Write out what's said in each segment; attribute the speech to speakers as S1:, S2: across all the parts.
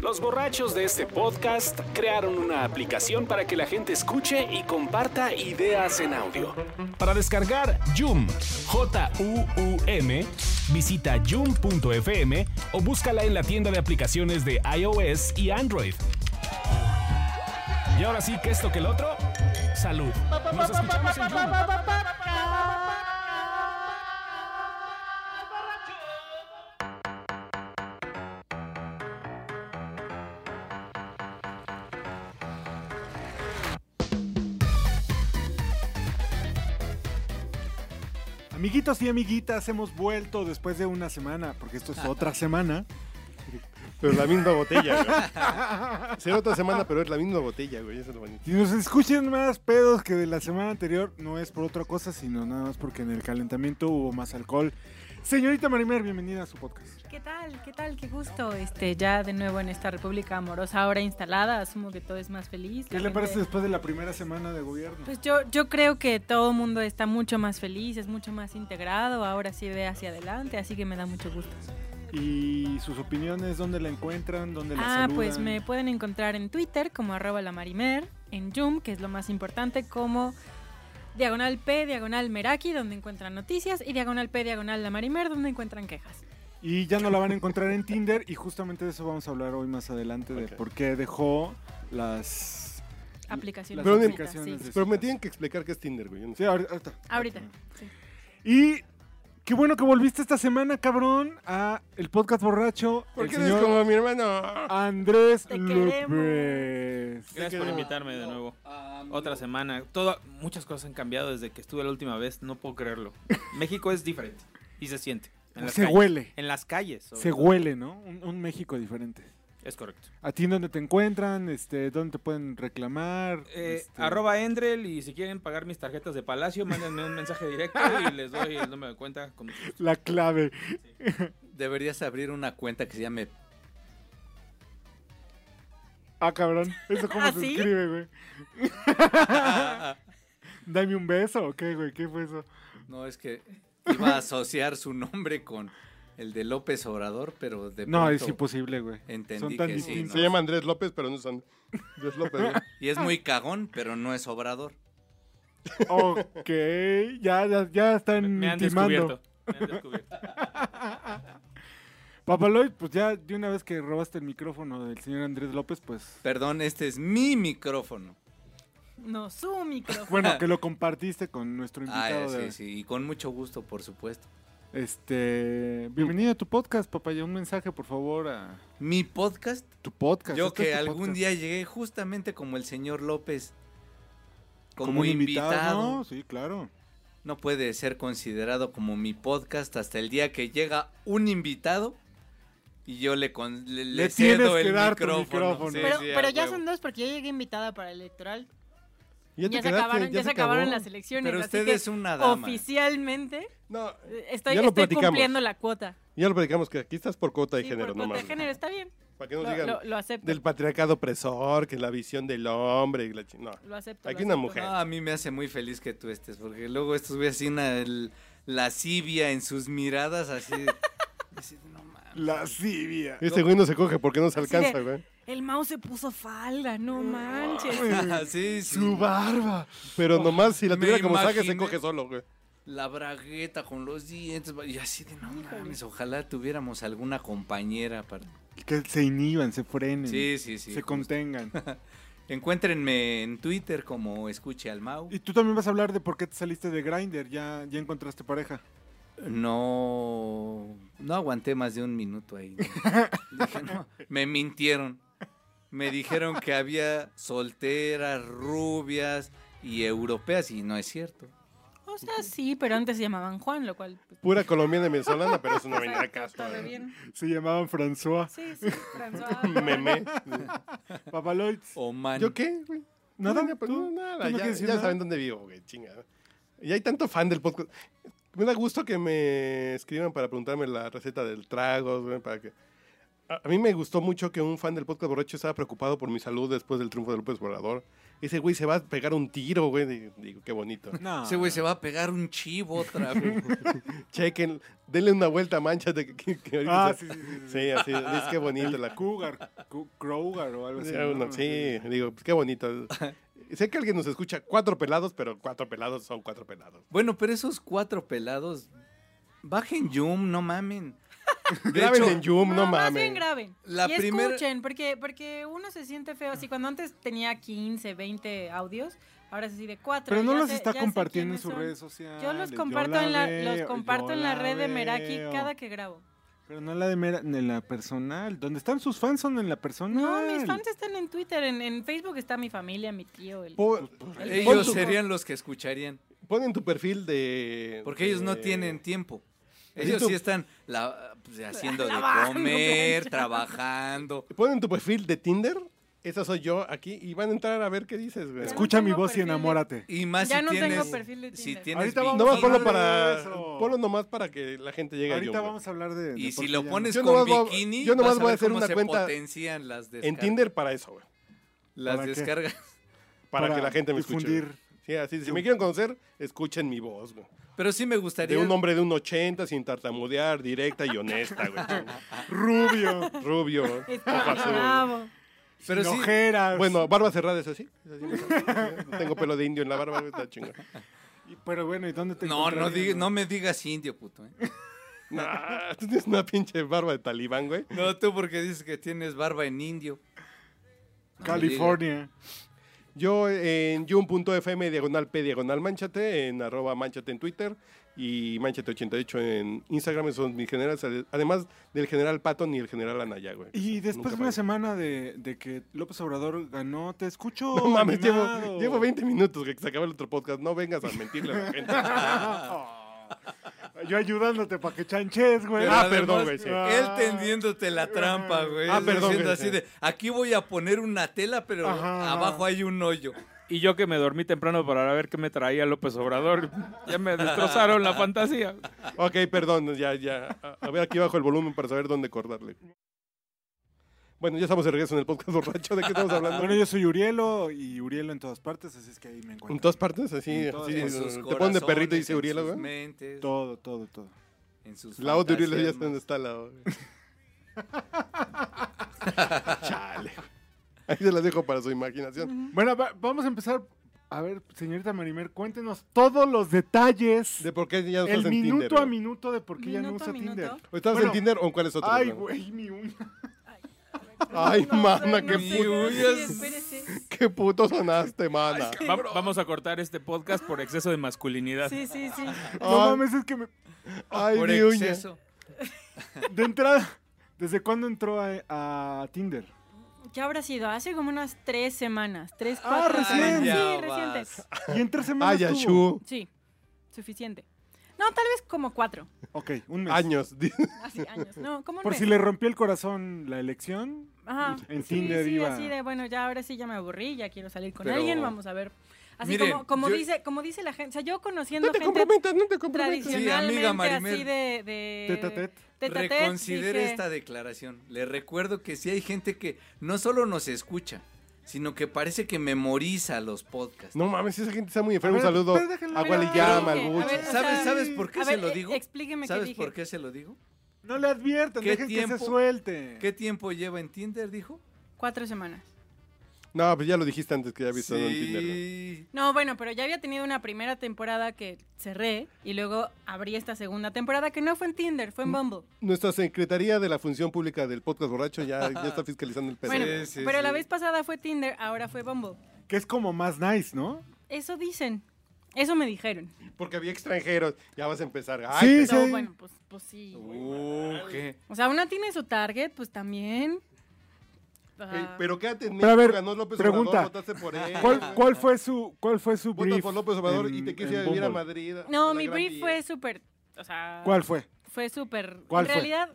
S1: Los borrachos de este podcast crearon una aplicación para que la gente escuche y comparta ideas en audio. Para descargar Joom, J-U-U-M, visita joom.fm o búscala en la tienda de aplicaciones de iOS y Android. Y ahora sí que esto que el otro, salud. Nos escuchamos en Joom.
S2: Amiguitos y amiguitas, hemos vuelto después de una semana, porque esto es otra semana.
S3: Pero la misma botella, güey. Será otra semana, pero es la misma botella, güey. Eso es lo bonito.
S2: Si nos escuchan más pedos que de la semana anterior, no es por otra cosa, sino nada más porque en el calentamiento hubo más alcohol. Señorita Marimer, bienvenida a su podcast.
S4: ¿Qué tal? ¿Qué tal? Qué gusto. Este, ya de nuevo en esta República Amorosa ahora instalada, asumo que todo es más feliz.
S2: ¿Qué
S4: la
S2: le
S4: gente-
S2: parece después de la primera semana de gobierno?
S4: Pues yo, yo creo que todo el mundo está mucho más feliz, es mucho más integrado, ahora sí ve hacia adelante, así que me da mucho gusto.
S2: ¿Y sus opiniones? ¿Dónde la encuentran? ¿Dónde la
S4: Ah, pues
S2: saludan?
S4: me pueden encontrar en Twitter como arroba la marimer, en Zoom, que es lo más importante, como diagonal P, diagonal Meraki, donde encuentran noticias, y diagonal P, diagonal la marimer, donde encuentran quejas.
S2: Y ya no la van a encontrar en Tinder y justamente de eso vamos a hablar hoy más adelante, de
S3: Ok.
S2: por qué dejó las...
S4: Aplicaciones.
S2: Las
S3: de citas,
S2: aplicaciones
S4: sí.
S2: de
S3: Pero me
S2: citas.
S3: tienen que explicar qué es Tinder, güey. Yo no
S2: Sí,
S3: sé.
S2: ahorita- ahorita.
S4: Ahorita. sí.
S2: Y qué bueno que volviste esta semana, cabrón, a el podcast borracho.
S3: ¿Por
S2: el
S3: qué
S2: señor
S3: eres como mi hermano?
S2: Andrés
S4: Te
S2: López.
S5: Gracias por invitarme de nuevo. Otra semana. Todo, muchas cosas han cambiado desde que estuve la última vez. No puedo creerlo. México es diferente y se siente. En las
S2: Se
S5: calles.
S2: huele.
S5: En las calles. sobre
S2: Se
S5: todo.
S2: huele, ¿no? Un, un México diferente.
S5: Es correcto.
S2: ¿A ti en dónde te encuentran? Este, ¿Dónde te pueden reclamar?
S5: Eh,
S2: Este,
S5: Arroba Endrel y si quieren pagar mis tarjetas de Palacio, mándenme un mensaje directo y les doy el número de cuenta. con mucho gusto.
S2: La clave.
S6: Deberías abrir una cuenta que se llame
S2: Ah, cabrón. ¿Eso cómo
S4: ¿Ah,
S2: se
S4: sí?
S2: escribe, güey? Dame un beso o qué, güey. ¿Qué fue eso?
S6: No, es que iba a asociar su nombre con el de López Obrador, pero de
S2: No, es
S6: pronto-
S2: imposible, güey.
S6: entendí
S2: Son tan
S6: que sí,
S2: distintos.
S3: Se llama Andrés López, pero no es And- Andrés López, güey.
S6: Y es muy cagón, pero no es Obrador.
S2: Ok, ya, ya, ya están
S5: Me han
S2: intimando.
S5: descubierto. Me han descubierto.
S2: Papaloy, pues ya de una vez que robaste el micrófono del señor Andrés López, pues
S6: Perdón, este es mi micrófono.
S4: No, su micrófono.
S2: bueno, que lo compartiste con nuestro
S6: Ah,
S2: invitado.
S6: sí,
S2: de-
S6: sí, y con mucho gusto, por supuesto.
S2: Este, bienvenido a tu podcast, papaya. Un mensaje, por favor, a
S6: Mi podcast,
S2: tu podcast.
S6: yo
S2: Este es
S6: que
S2: tu
S6: algún
S2: podcast.
S6: día llegué justamente como el señor López, como,
S2: un
S6: invitado.
S2: ¿no? Sí, claro.
S6: no puede ser considerado como mi podcast hasta el día que llega un invitado y yo le, con- le, le
S2: Le tienes
S6: cedo
S2: que
S6: el
S2: dar tu
S6: micrófono.
S2: micrófono.
S6: Sí,
S4: Pero,
S6: sí, a
S4: pero ya
S6: huevo.
S4: son dos porque yo llegué invitada para el electoral.
S3: Ya,
S4: Ya,
S3: te
S4: se
S3: quedaste,
S4: acabaron, ya se
S3: acabó.
S4: acabaron las elecciones.
S6: Pero
S4: así
S6: usted
S4: que
S6: es una dama.
S4: Oficialmente
S3: No,
S4: eh, estoy,
S3: Ya lo
S4: estoy
S3: platicamos.
S4: cumpliendo la cuota.
S3: ya lo platicamos que aquí estás por cuota de
S4: Sí,
S3: género,
S4: por
S3: no
S4: cuota de
S3: mames.
S4: género, está bien.
S3: Para que nos
S4: Lo,
S3: digan
S4: lo- lo acepto.
S3: del patriarcado opresor, que la visión del hombre y la chi- No.
S4: Lo acepto.
S3: Aquí
S4: lo
S3: una
S4: acepto.
S3: mujer.
S6: No, a mí me hace muy feliz que tú estés, porque luego estos güeyes así una el- lascivia en sus miradas, así. así, no mames.
S2: Lascivia.
S3: Este güey no se coge porque no se
S4: Así
S3: alcanza,
S4: de-
S3: güey.
S4: El mouse se puso falda, no
S3: Mm.
S4: manches.
S2: Mm.
S6: Sí, sí.
S2: Su barba.
S3: Pero nomás si la
S6: Me
S3: tuviera como saque, se
S6: imaginé.
S3: coge solo, güey.
S6: La bragueta con los dientes. Y así de no mames. Ojalá tuviéramos alguna compañera para.
S2: Que se inhiban, se frenen.
S6: Sí, sí, sí.
S2: se
S6: justo.
S2: contengan.
S6: Encuéntrenme en Twitter como escuche al Mau.
S2: y tú también vas a hablar de por qué te saliste de Grindr. Ya, ya encontraste pareja.
S6: No, no aguanté más de un minuto ahí. Dije, no, me mintieron. Me dijeron que había solteras, rubias y europeas y no es cierto.
S4: O sea, sí, pero antes se llamaban Juan, lo cual. pues,
S3: Pura colombiana y venezolana, pero eso no
S4: o
S3: viene
S4: sea,
S3: a caso.
S4: Todo
S3: güey.
S4: bien.
S2: Se llamaban François.
S4: Sí, sí, François.
S3: Meme.
S2: Papaloy.
S6: O man.
S3: ¿Yo qué, güey?
S2: Nada,
S3: No,
S2: ¿tú?
S3: no,
S2: ¿Tú
S3: nada.
S2: no
S3: ya
S2: quieres decir
S3: ya
S2: nada?
S3: saben dónde vivo, güey, chingada. Y hay tanto fan del podcast. Me da gusto que me escriban para preguntarme la receta del trago, güey, para que... A, a mí me gustó mucho que un fan del podcast borracho estaba preocupado por mi salud después del triunfo de López Obrador. Ese güey se va a pegar un tiro, güey. Digo, digo, qué bonito.
S2: No.
S6: Ese güey se va a pegar un chivo otra vez.
S3: Chequen, denle una vuelta a manchas de que, que- que ahorita
S2: Ah,
S3: se-
S2: sí, sí, sí, sí.
S3: Sí, así, es que bonito la
S2: Cougar, Gro- Grogar o algo así.
S3: Ya uno,
S2: ¿no?
S3: sí, digo, pues qué bonito. sé que alguien nos escucha cuatro pelados, pero cuatro pelados son cuatro pelados.
S6: Bueno, pero esos cuatro pelados, bajen Yum, no mamen. De
S3: Graben
S6: hecho,
S3: en Yum, no,
S4: Más bien
S3: mames.
S4: graben.
S6: La
S4: y
S6: primer-
S4: escuchen, porque, porque uno se siente feo. Así cuando antes tenía 15, 20 audios, ahora es así de 4.
S2: Pero no los está compartiendo en sus redes sociales.
S4: Yo los comparto, en, la, los comparto en la red de Meraki cada que grabo.
S2: Pero no la de Mera, en la personal. Donde están sus fans son en la personal.
S4: No, mis fans están en Twitter, en, en Facebook está mi familia, mi tío. el- El- Pon
S6: ellos
S4: tu-
S6: serían los que escucharían,
S3: Pon en tu perfil de.
S6: porque ellos no
S3: de-
S6: tienen tiempo.
S3: Así
S6: Ellos
S3: tú-
S6: sí están la- pues, haciendo de
S4: Lavando,
S6: comer, trabajando.
S3: Pon en tu perfil de Tinder. Esa soy yo aquí. Y van a entrar a ver qué dices, güey.
S4: Escu-
S2: Escucha mi
S4: tengo
S2: voz y
S4: perfil de-
S2: enamórate.
S6: Y más
S4: Ya
S6: si
S4: no tengo
S6: tienes,
S4: perfil de
S6: si
S4: Tinder.
S6: tienes
S2: Ahorita
S6: vi-
S2: vamos
S3: No más
S2: a
S3: ponlo
S2: hablar de
S3: para.
S2: eso.
S3: Ponlo nomás para que la gente llegue a
S2: Ahorita
S3: Yum, güey.
S2: vamos a hablar de.
S6: Y
S2: de
S6: si
S2: por
S6: lo
S2: qué ya
S6: pones
S3: Yo
S6: con
S3: nomás voy a-
S6: bikini,
S3: yo nomás
S6: vas a
S3: voy a
S6: ver
S3: hacer
S6: cómo
S3: una
S6: se
S3: cuenta
S6: potencian las descargas.
S3: En Tinder para eso, güey.
S6: Las
S2: ¿Para qué?
S6: descargas.
S2: no.
S3: Para, que la gente me
S2: difundir.
S3: escuche. güey. Sí, así. Si me quieren conocer, escuchen mi voz, güey.
S6: Pero sí me gustaría.
S3: De un hombre de un 80 sin tartamudear, directa y honesta, güey.
S2: Rubio.
S3: Rubio.
S4: Está
S3: azul.
S4: bravo.
S6: Pero
S2: sin
S6: sí,
S2: ojeras.
S3: Bueno, barba cerrada es así. ¿Es así? No tengo pelo de indio en la barba, güey, está chingón.
S2: Y- Pero bueno, ¿y dónde te
S6: no, no,
S2: encontrarían,
S6: diga- no me digas indio, puto. ¿eh?
S3: Nah, tú tienes una pinche barba de talibán, güey.
S6: No, tú porque dices que tienes barba en indio.
S3: Ah,
S6: No me
S2: California.
S3: Yo en yun.fm, diagonal p, diagonal manchate, en arroba manchate en Twitter y manchate88 en Instagram, esos son mis generales, además del general Patton y el general Anaya, güey.
S2: Y después de
S3: Nunca
S2: una
S3: falla.
S2: semana de, de que López Obrador ganó, te escucho.
S3: No mames, llevo,
S2: animado.
S3: llevo 20 minutos que se acaba el otro podcast. No vengas a mentirle a la gente.
S2: Ah. Yo ayudándote para que chanches, güey.
S6: Pero
S3: Ah,
S6: además,
S3: perdón, güey, sí.
S6: Él tendiéndote la trampa, güey.
S3: Ah, perdón,
S6: Diciendo
S3: güey,
S6: así
S3: sí.
S6: de, aquí voy a poner una tela, pero
S2: Ajá.
S6: abajo hay un hoyo.
S5: Y yo que me dormí temprano para ver qué me traía López Obrador. Ya me destrozaron la fantasía.
S3: Ok, perdón, ya, ya. A- A ver, aquí bajo el volumen para saber dónde cortarle. Bueno, ya estamos de regreso en el podcast borracho. ¿De qué estamos hablando?
S2: Bueno, yo soy Urielo y Urielo en todas partes, así es que ahí me encuentro.
S3: En todas partes, así.
S2: En todas-
S3: así,
S6: en sus
S3: te ponen de perrito
S6: corazones,
S3: y dice
S6: en
S3: Uriela,
S6: sus
S3: güey.
S6: mentes,
S2: todo, todo, todo.
S6: en sus
S3: La O de Uriela ya
S6: fantasías
S3: está donde
S6: más.
S3: está la O. Chale. Ahí se las dejo para su imaginación.
S2: Bueno, va- vamos a empezar. A ver, señorita Marimer, cuéntenos todos los detalles.
S3: ¿De por qué ya no
S2: el
S3: estás en
S2: minuto
S3: Tinder?
S2: a
S3: güey?
S2: minuto de por qué ya no
S4: Minuto a
S2: usa
S4: minuto.
S2: Tinder.
S3: ¿O ¿Estás
S2: Bueno,
S3: en Tinder o en cuáles otros?
S2: Ay,
S3: güey?
S2: güey, mi una.
S3: Ah. Ay,
S4: No
S3: mana,
S4: sé, no
S3: qué,
S4: sé,
S3: pu-
S4: no sé,
S6: puyas.
S4: espérese.
S3: qué puto sonaste, mana.
S5: Va- vamos a cortar este podcast por exceso de masculinidad.
S4: Sí, sí, sí.
S2: No
S3: Ay.
S2: mames, es que me-
S3: Ay,
S6: Por
S3: mi uña.
S6: exceso.
S2: de entrada, ¿desde cuándo entró a, a Tinder?
S4: ¿Qué habrá sido? Hace como unas tres semanas. Tres,
S2: Ah,
S4: cuatro
S2: recién.
S4: semanas.
S6: Ya
S4: Sí, reciente.
S6: vas.
S2: Y en tres semanas
S3: Ay,
S2: tuvo.
S3: Ashu.
S4: Sí, suficiente. No, tal vez como cuatro.
S2: Ok, un mes.
S3: Años.
S4: Así, años. No, como un
S2: Por
S4: mes.
S2: si le rompió el corazón la elección.
S4: Ajá.
S2: en
S4: Sí,
S2: Tinder
S4: sí,
S2: iba.
S4: así de, bueno, ya ahora sí ya me aburrí, ya quiero salir con
S6: Pero-
S4: alguien, vamos a ver. Así
S6: Miren,
S4: como, como,
S6: yo-
S4: dice, como dice la gente, o sea, yo conociendo
S3: No te
S4: gente
S3: comprometas, no te comprometas.
S6: Sí,
S4: tradicionalmente
S6: amiga Marimer.
S4: así de... de
S2: Tete a tete.
S4: tete a tete,
S6: Reconsidere
S4: dije,
S6: esta declaración. Le recuerdo que sí hay gente que no solo nos escucha, sino que parece que memoriza los podcasts.
S3: No mames, esa gente está muy enferma. Un
S2: ver,
S3: saludo
S2: pero déjenlo
S3: a
S4: pero
S3: Wally
S4: ¿qué
S3: Llama, al
S4: dije? A
S3: Buche.
S4: ver, o
S6: ¿Sabes,
S4: sea,
S6: ¿sabes por qué
S4: a
S6: se
S4: ver,
S6: lo
S4: eh,
S6: digo?
S4: Explíqueme qué
S6: ¿Sabes
S4: dije.
S6: por qué se lo digo?
S2: No le adviertan,
S6: ¿Qué
S2: dejen que se
S6: tiempo?
S2: suelte.
S6: ¿Qué tiempo lleva en Tinder, dijo?
S4: Cuatro semanas.
S3: No, pues ya lo dijiste antes que ya había estado en Tinder. ¿no?
S6: Sí.
S4: No, bueno, pero ya había tenido una primera temporada que cerré y luego abrí esta segunda temporada que no fue en Tinder, fue en Bumble.
S3: Nuestra Secretaría de la Función Pública del Podcast Borracho ya, ya está fiscalizando el E. pedo.
S4: bueno,
S6: Sí, sí,
S4: pero la
S6: sí.
S4: vez pasada fue Tinder, ahora fue Bumble.
S2: Que es como más nice, ¿no?
S4: Eso dicen. Eso me dijeron.
S3: Porque había extranjeros. Ya vas a empezar.
S2: Sí,
S3: Ay,
S2: sí.
S4: No, bueno, pues, pues sí.
S6: Uh, ¿qué?
S4: O sea, una tiene su target, pues también.
S3: pero- eh,
S4: Ah,
S3: Pero quédate en
S2: Pero a
S3: México,
S2: ver,
S3: ganó López
S2: pregunta.
S3: Obrador, votaste por él.
S2: ¿Cuál, cuál fue su cuál fue su
S3: Votas
S2: brief?
S3: por López Obrador y
S2: en-
S3: te quise
S2: en
S3: vivir a
S2: Bumble?
S3: Madrid. a
S4: no,
S3: la
S4: mi
S3: Gran
S4: brief
S3: Vía.
S4: fue súper. O sea.
S2: ¿Cuál fue?
S4: Fue súper.
S2: ¿Cuál
S4: en
S2: fue?
S4: realidad,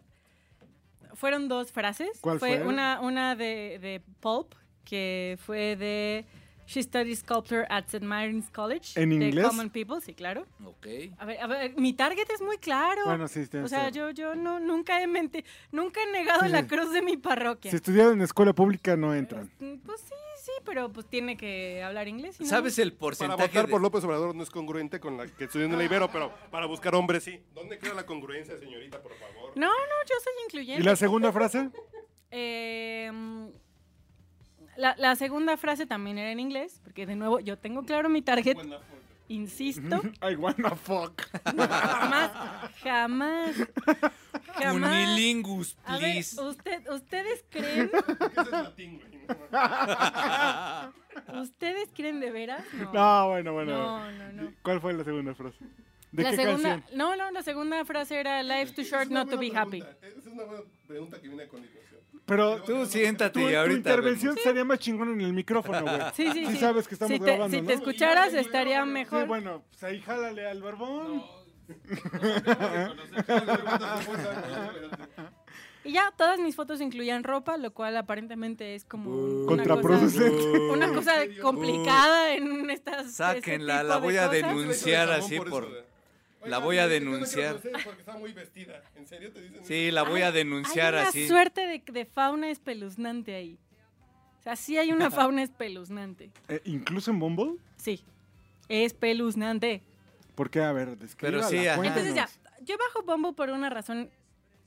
S4: fueron dos frases.
S2: ¿Cuál fue?
S4: Una, una de, de Pulp, que fue de She Studies Sculpture at St. Mary's College.
S2: ¿En
S4: de
S2: inglés?
S4: Common People, sí, claro.
S6: Ok.
S4: A ver, a ver, mi target es muy claro.
S2: Bueno, sí, tienes
S4: o sea,
S2: razón.
S4: yo, yo no, nunca he menti- nunca he negado
S2: Sí, sí.
S4: la cruz de mi parroquia.
S2: Si estudiaron en escuela pública no entran.
S4: Mm, Pues sí, sí, pero pues tiene que hablar inglés. ¿y no?
S6: ¿Sabes el
S3: Para
S6: porcentaje?
S3: votar
S6: de-
S3: por López Obrador no es congruente con la que estudió en el Ibero, pero para buscar hombres sí. ¿Dónde queda la congruencia, señorita, por favor?
S4: No, no, yo soy incluyente.
S2: ¿Y la segunda frase?
S4: Eh, la, la segunda frase también era en inglés, porque de nuevo yo tengo claro mi target, insisto,
S2: I wanna fuck.
S4: jamás, jamás, jamás.
S6: Unilingus,
S4: A ver,
S6: please.
S4: usted, ustedes creen, ustedes creen de veras, no,
S2: No, bueno, bueno.
S4: no, no, no.
S2: ¿Cuál fue la segunda frase? ¿De
S4: La
S2: qué
S4: segunda,
S2: canción?
S4: no, no, la segunda frase era life too short not to be happy.
S3: Es una buena pregunta que viene a continuación.
S2: Pero
S6: Tú
S2: tu,
S6: siéntate
S2: tu
S6: y ahorita.
S2: intervención
S6: vemos.
S2: sería más chingona en el micrófono, güey.
S4: Sí, sí,
S2: Sí
S4: sí.
S2: sabes que estamos
S4: si te,
S2: grabando,
S4: Si
S2: ¿no?
S4: te escucharas estaría mejor.
S2: Sí, bueno, pues ahí jálale al barbón.
S4: Y ya todas mis fotos incluían ropa, lo cual aparentemente es como un- una cosa,
S2: Contraproducente.
S4: una cosa complicada en estas
S6: Sáquenla,
S4: ese tipo
S6: la
S4: de
S6: voy a
S4: cosas.
S6: denun- Denunciar así por- la voy a denunciar.
S3: Porque está muy vestida. ¿En serio te dicen?
S6: Sí, la voy a denunciar
S4: hay una
S6: así.
S4: suerte de, de fauna espeluznante ahí. O sea, sí hay una fauna espeluznante.
S2: Eh, ¿Incluso en Bumble?
S4: Sí. Espeluznante.
S2: ¿Por qué? A ver, descríbala,
S6: sí, ajá.
S2: cuéntanos.
S4: Entonces ya, yo bajo Bumble por una razón,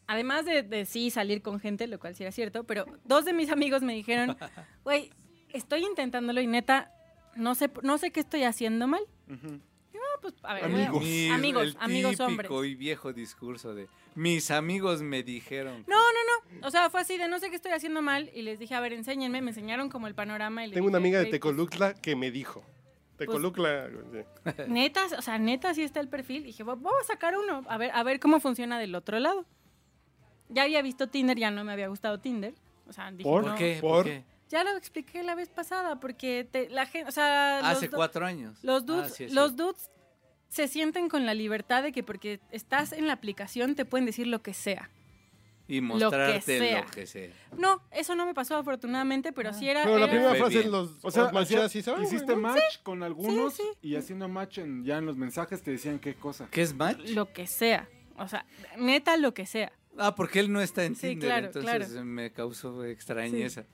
S4: además de, de sí salir con gente, lo cual sí era cierto, pero dos de mis amigos me dijeron, güey, estoy intentándolo y neta, no sé, no sé qué estoy haciendo mal.
S2: Ujú.
S4: No, pues, a ver,
S2: Amigos.
S4: voy a-
S6: Mi-
S4: amigos,
S6: el
S4: amigos hombres.
S6: típico y viejo discurso de mis amigos me dijeron.
S4: No, no, no. O sea, fue así de no sé qué estoy haciendo mal y les dije, a ver, enséñenme. Me enseñaron como el panorama. Y les
S3: Tengo una
S4: dije,
S3: amiga de
S4: "Güey,
S3: Tecolucla que me dijo. Tecolucla. sí.
S4: pues, Neta, o sea, neta sí está el perfil. Y dije, "Va- voy a sacar uno, a ver, a ver cómo funciona del otro lado. Ya había visto Tinder, ya no me había gustado Tinder. O sea, dije,
S2: ¿Por
S4: "No".
S6: ¿Por qué?
S3: ¿Por?
S6: ¿Por qué?
S4: Ya lo expliqué la vez pasada, porque te- la gente, o sea,
S6: Hace
S4: los, du-
S6: cuatro años.
S4: los
S6: Ah,
S4: dudes,
S6: sí, sí.
S4: los dudes se sienten con la libertad de que porque estás en la aplicación te pueden decir lo que sea.
S6: Y
S4: que
S6: mostrarte
S4: sea.
S6: lo que sea.
S4: No, eso no me pasó afortunadamente, pero sí era.
S3: Ah. Pero la
S4: era-
S3: primera
S6: Fue
S3: frase
S6: bien.
S3: los.
S2: O sea,
S3: mancheras
S2: hacía-
S3: sí saben, güey,
S2: hiciste
S3: ¿no?
S2: match con algunos
S4: sí.
S2: y haciendo match en, ya en los mensajes te decían qué cosa.
S6: ¿Qué es match?
S4: lo que sea, o sea, neta lo que sea.
S6: Ah, porque él no está en
S4: Sí,
S6: Tinder,
S4: claro,
S6: entonces
S4: claro.
S6: me causó extrañeza.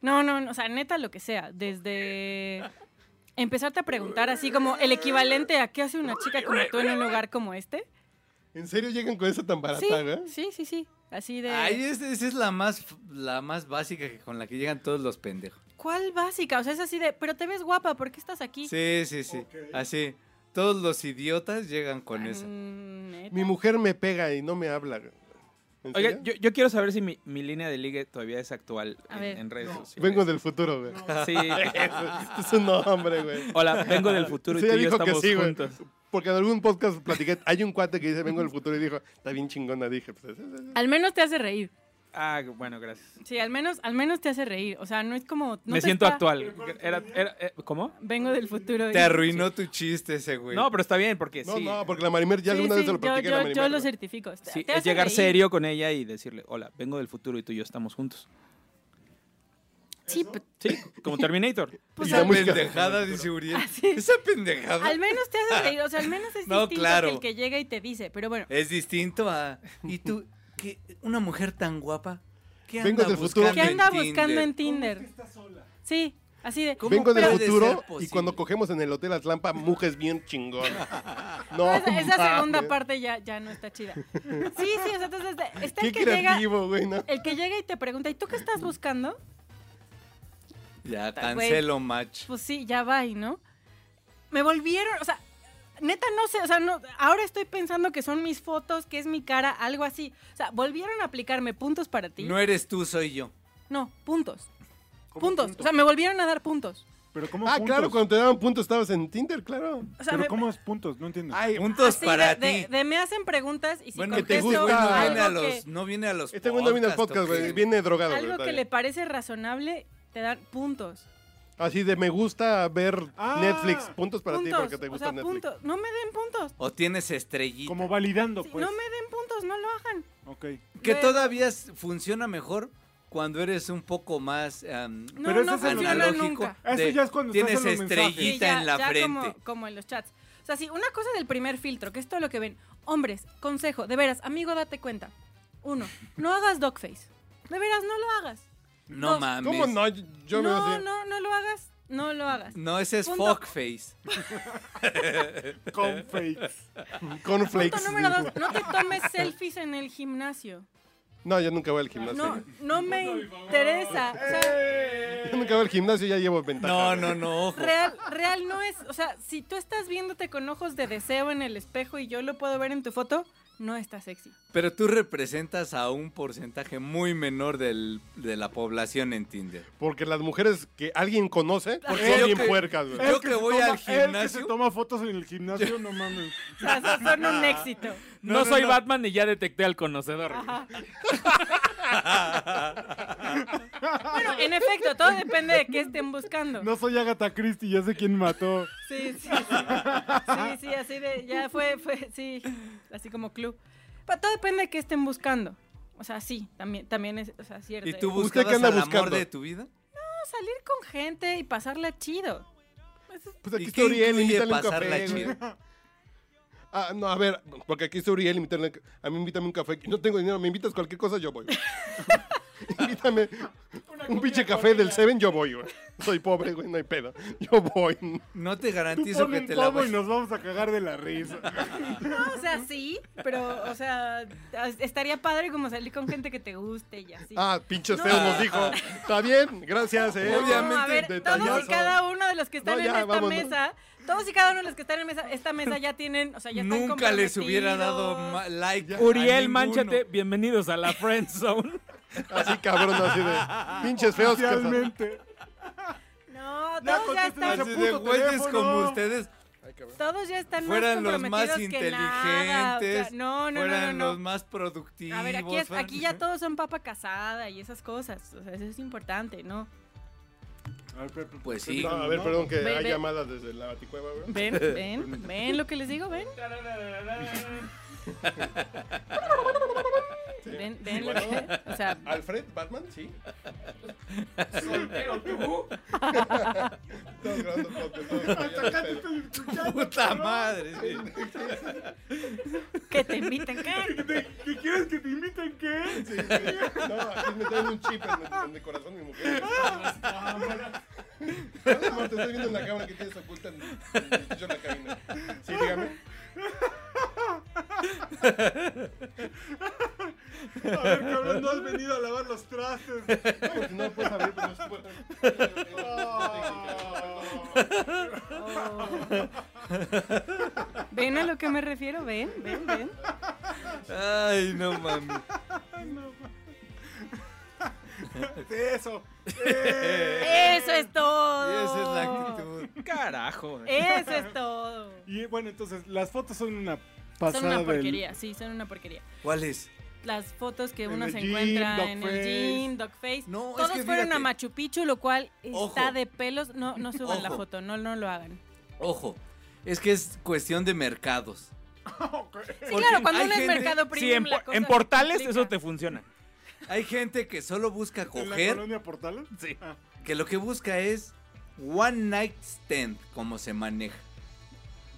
S4: No, no, no, o sea, neta lo que sea, desde empezarte a preguntar así como el equivalente a qué hace una chica como tú en un lugar como este.
S3: ¿En serio llegan con esa tan barata,
S4: Sí,
S3: güey?
S4: sí, sí, sí, así de
S6: Ay, es- esa es la más, f- la más básica que con la que llegan todos los pendejos.
S4: ¿Cuál básica? O sea, es así de, pero te ves guapa, ¿por qué estás aquí?
S6: Sí, sí, sí. Así. Todos los idiotas llegan con
S4: Ah,
S6: esa.
S4: neta.
S3: Mi mujer me pega y no me habla. güey. ¿En
S5: Oiga,
S3: serio?
S5: yo, yo quiero saber si mi, mi línea de ligue todavía es actual
S4: A
S5: en,
S4: ver.
S5: en redes sociales.
S3: Vengo del futuro, güey.
S5: Sí.
S3: Eso es un nombre, güey.
S5: Hola, vengo del futuro
S3: Sí,
S5: y tú
S3: ya
S5: y yo
S3: dijo que
S5: estamos
S3: sí, güey.
S5: juntos.
S3: Porque en algún podcast platiqué, hay un cuate que dice, vengo del futuro y dijo, está bien chingona, dije. Pues, es- es-
S4: Al menos te hace reír.
S5: Ah, bueno, gracias.
S4: Sí, al menos, al menos te hace reír. O sea, no es como. no
S5: Me
S4: te
S5: siento
S4: está-
S5: actual. Era, era- eh, ¿Cómo?
S4: Vengo del futuro. y-
S6: Te arruinó tu chiste ese, güey.
S5: No, pero está bien, porque
S3: no,
S5: Eh, sí.
S3: no, porque la Marimer ya
S4: Sí,
S3: alguna vez
S4: sí,
S3: se lo
S4: yo,
S3: platiqué a la
S4: yo, yo
S3: Marimer.
S4: lo
S3: güey.
S4: certifico. O sea,
S5: Sí,
S4: te
S5: es
S4: hace
S5: llegar
S4: reír.
S5: serio con ella y decirle, hola, vengo del futuro y tú y yo estamos juntos.
S4: Sí, pues. pero-
S5: Sí, como Terminator.
S4: pues,
S3: Y
S6: Esa
S3: la
S4: al,
S3: música.
S6: pendejada, dice Uriel.
S4: Así es.
S6: Esa pendejada
S4: al menos te hace reír. O sea, al menos es
S6: No,
S4: distinto
S6: claro.
S4: que el que llega y te dice. Pero bueno,
S6: es distinto a. ¿Y tú? ¿Qué, ¿Una mujer tan guapa? ¿Qué anda
S3: Vengo del futuro.
S6: buscando
S4: ¿qué anda buscando
S6: Tinder?
S4: en Tinder? Sí, así de.
S6: ¿Cómo
S3: Vengo del
S6: puede ser
S3: futuro y
S6: posible?
S3: cuando cogemos en el Hotel Atlampa, mujes bien chingona. No, ah,
S4: Esa, esa
S3: mames.
S4: segunda parte ya, ya no está chida. Sí, sí, o sea, entonces este, está
S3: Qué
S4: el que llega.
S3: creativo, güey, ¿no?
S4: El que llega y te pregunta, ¿y tú qué estás buscando?
S6: Ya
S4: Puta, güey.
S6: cancelo match.
S4: Pues sí, ya va y no. Me volvieron, o sea, neta no sé, o sea, no, ahora estoy pensando que son mis fotos, que es mi cara, algo así. O sea, volvieron a aplicarme puntos para ti.
S6: No eres tú, soy yo.
S4: No, puntos.
S2: ¿Cómo
S4: Puntos.
S2: punto?
S4: O sea, me volvieron a dar puntos.
S2: Pero ¿cómo
S3: Ah,
S2: puntos?
S3: claro, cuando te daban puntos estabas en Tinder, claro.
S4: O sea,
S2: Pero
S4: me-
S2: ¿cómo es puntos? No entiendo.
S3: Ay,
S6: Puntos
S4: así
S6: para
S4: Ah, de, de-
S6: ti.
S4: de me hacen preguntas y si
S6: Bueno, que te
S4: contesto
S6: gusta.
S3: gusta
S6: no,
S4: algo
S6: viene a
S4: que-
S6: los, no viene a los
S3: este güey no viene al
S6: podcasts,
S3: podcast,
S6: ¿o qué?
S3: güey. Viene drogado, güey.
S4: algo
S3: está
S4: que le
S3: bien.
S4: parece razonable, te dan puntos.
S3: Así de me gusta ver
S2: Ah.
S3: Netflix. Puntos para ti
S4: puntos.
S3: porque te
S4: o
S3: gusta
S4: sea,
S3: Netflix.
S4: puntos. No me den puntos.
S6: O tienes estrellita.
S2: Como validando,
S4: Sí,
S2: pues.
S4: No me den puntos, no lo hagan.
S2: Ok.
S6: Que
S4: Luego-
S6: todavía s- funciona mejor cuando eres un poco más am,
S4: No,
S2: Pero
S4: no
S2: ese es el-
S4: funciona
S6: analógico.
S4: nunca.
S3: Ah,
S2: Eso
S6: de
S2: ya es cuando estás
S6: tienes
S2: en los mensajes.
S4: Sí,
S6: estrellita
S4: ya-
S6: en la
S4: ya
S6: frente.
S4: Como, como en los chats. O sea, sí, una cosa del primer filtro, que es todo lo que ven. Hombres, consejo, de veras, amigo, date cuenta. Uno, no hagas dogface. De veras, no lo hagas.
S6: No
S4: Dos.
S6: mames.
S3: ¿Cómo no? Yo- Yo me
S4: no,
S3: así.
S4: no, no lo hagas. No lo hagas.
S6: No, ese es
S4: Punto.
S6: fuckface.
S2: Con fakes.
S3: Con
S4: Punto
S3: flakes.
S4: número dos, no te tomes selfies en el gimnasio.
S3: No, yo nunca voy al gimnasio.
S4: No, no me interesa. O sea,
S3: Yo nunca voy al gimnasio, ya llevo ventaja.
S6: No, no, no, ojo.
S4: real, real no es. O sea, si tú estás viéndote con ojos de deseo en el espejo y yo lo puedo ver en tu foto, no está sexy.
S6: Pero tú representas a un porcentaje muy menor del- de la población en Tinder.
S3: Porque las mujeres que alguien conoce
S6: Porque
S3: son
S6: yo
S3: bien
S6: que-
S3: puercas, güey.
S4: Eh,
S6: yo
S2: El
S6: que
S2: se
S6: voy
S2: toma-
S6: al
S2: el que se
S6: gimnasio-
S2: toma fotos en el gimnasio, no mames.
S4: O sea, so- son un éxito.
S6: No,
S5: No,
S6: no,
S5: soy
S6: no.
S5: Batman y ya detecté al conocedor.
S4: Bueno, en efecto, todo depende de qué estén buscando.
S2: No soy Agatha Christie, ya sé quién mató.
S4: Sí, sí, sí. Sí, sí, así de, ya fue, fue, sí, así como club. Pero todo depende de qué estén buscando. O sea, sí, también, también es, o sea, cierto.
S6: ¿Y tú
S4: No,
S3: ¿Usted qué
S6: buscabas
S3: anda
S6: al amor
S3: buscando?
S6: de tu vida?
S4: salir con gente y pasarla chido.
S3: Pues aquí
S6: ¿Y
S3: está
S6: qué
S3: Uriel,
S6: incluye
S3: invítale un
S6: pasarla
S3: café. güey.
S6: chido?
S3: Ah, no, a ver, porque aquí está Uriel, invítale, un ca- a mí invítame un café. No tengo dinero, me invitas cualquier cosa, yo voy. güey. invítame un pinche café del Seven, yo voy, güey. Soy pobre, güey, no hay pedo. Yo voy.
S6: No te
S2: Tú
S6: garantizo
S2: pon
S6: que
S2: un
S6: te la
S2: pomo
S6: vas...
S2: y nos vamos a cagar de la risa.
S4: No, o sea, sí, pero, o sea, as- estaría padre como salir con gente que te guste y así.
S3: Ah, pinche
S4: No.
S3: feo nos dijo. Está bien, gracias, eh.
S4: No,
S6: obviamente,
S4: a ver, todos y
S3: detallazo.
S4: cada uno de los que están
S3: No,
S4: en
S3: ya,
S4: esta
S3: vámonos.
S4: mesa, todos y cada uno de los que están en mesa, esta mesa ya tienen, o sea, ya están
S6: Nunca les hubiera dado
S4: comprometidos.
S6: ma- like. a
S5: Uriel,
S6: ninguno.
S5: manchate, bienvenidos a la Friend Zone.
S3: Así cabrón, así de. Pinches feos. que-
S2: Realmente.
S4: No,
S2: Ya
S4: todos ya
S2: contesten
S4: están
S2: ese
S6: Así de
S2: puto
S6: güeyes
S2: teléfono.
S6: como ustedes
S4: Todos ya están
S6: fueran los
S4: más
S6: más
S4: comprometidos que nada, o sea,
S6: inteligentes,
S4: no, no, no,
S6: fueran
S4: no,
S6: los ¿eh?
S4: no.
S6: más productivos.
S4: A ver, aquí, es-
S6: fueran-
S4: aquí ya todos son papa casada y esas cosas. O sea, eso es importante, ¿no?
S6: Pues sí.
S3: No, a ver, perdón, que
S4: Ve,
S3: hay
S4: ve.
S3: llamadas desde la baticueva, güey.
S4: Ven, ven, ven lo que les digo, ven. Ven, ven lo que. O sea,
S3: Alfred, Batman, sí. Estamos grabando podcast, estamos grabando ya, pero-
S6: Puta madre. sí.
S4: que te inviten, ¿qué?
S2: ¿Qué quieres que te inviten qué?
S3: Sí, sí. No, aquí me traen un chip en, el- en el corazón mi mujer. Nada más te estoy viendo en la cámara que tienes oculta en, en el techo de la cabina. Sí, dígame.
S2: A ver, cabrón, no has venido a lavar los trastes.
S3: No, porque no puedes abrir, pero no se puede. Ah.
S4: Oh. Ven a lo que me refiero, ven, ven, ven.
S6: Ay, no mames.
S2: Eso. Eh.
S4: Eso es
S6: Y
S4: todo.
S6: esa es la actitud.
S5: Carajo.
S4: Eso es todo.
S2: Y bueno, entonces, las fotos son una pasada.
S4: Son una
S2: del-
S4: porquería, sí, son una porquería.
S6: ¿Cuál es?
S4: las fotos que
S2: En
S4: uno
S2: el
S4: se
S2: gym,
S4: encuentra
S2: dog
S4: en
S2: face.
S4: el gym, Dogface.
S6: No, es
S4: Todos
S6: que
S4: fueron a
S6: fíjate.
S4: Machu Picchu, lo cual está
S6: Ojo.
S4: de pelos. No, no suban la
S6: Ojo.
S4: foto, no, no lo hagan.
S6: Ojo, es que es cuestión de mercados.
S4: Sí,
S6: Porque
S4: claro, cuando
S6: hay
S4: uno es
S6: gente-
S4: mercado premium,
S5: Sí, en,
S4: la
S5: po-
S4: cosa
S5: en
S4: se
S5: portales
S4: complica.
S5: eso te funciona.
S6: Hay gente que solo busca
S2: ¿En la
S6: coger,
S2: colonia Portales?
S5: Sí.
S6: que lo que busca es one night stand, como se maneja.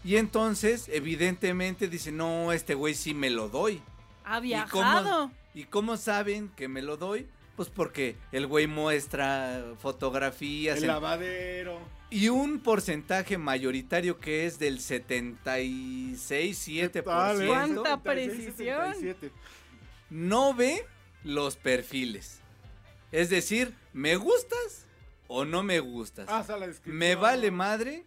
S6: Y entonces, evidentemente, dice, no, este güey sí me lo doy.
S4: Ha
S6: ¿Y
S4: viajado.
S6: ¿Y cómo saben que me lo doy? Pues porque el güey muestra fotografías.
S2: El
S6: en-
S2: lavadero.
S6: Y un porcentaje mayoritario que es del 76, 7%.
S2: Tal, ¿eh?
S4: ¿Cuánta
S2: 76,
S4: precisión?
S2: 77.
S6: no ve los perfiles. Es decir, ¿me gustas o no me gustas?
S2: Ah, o sea, la descripción.
S6: me vale madre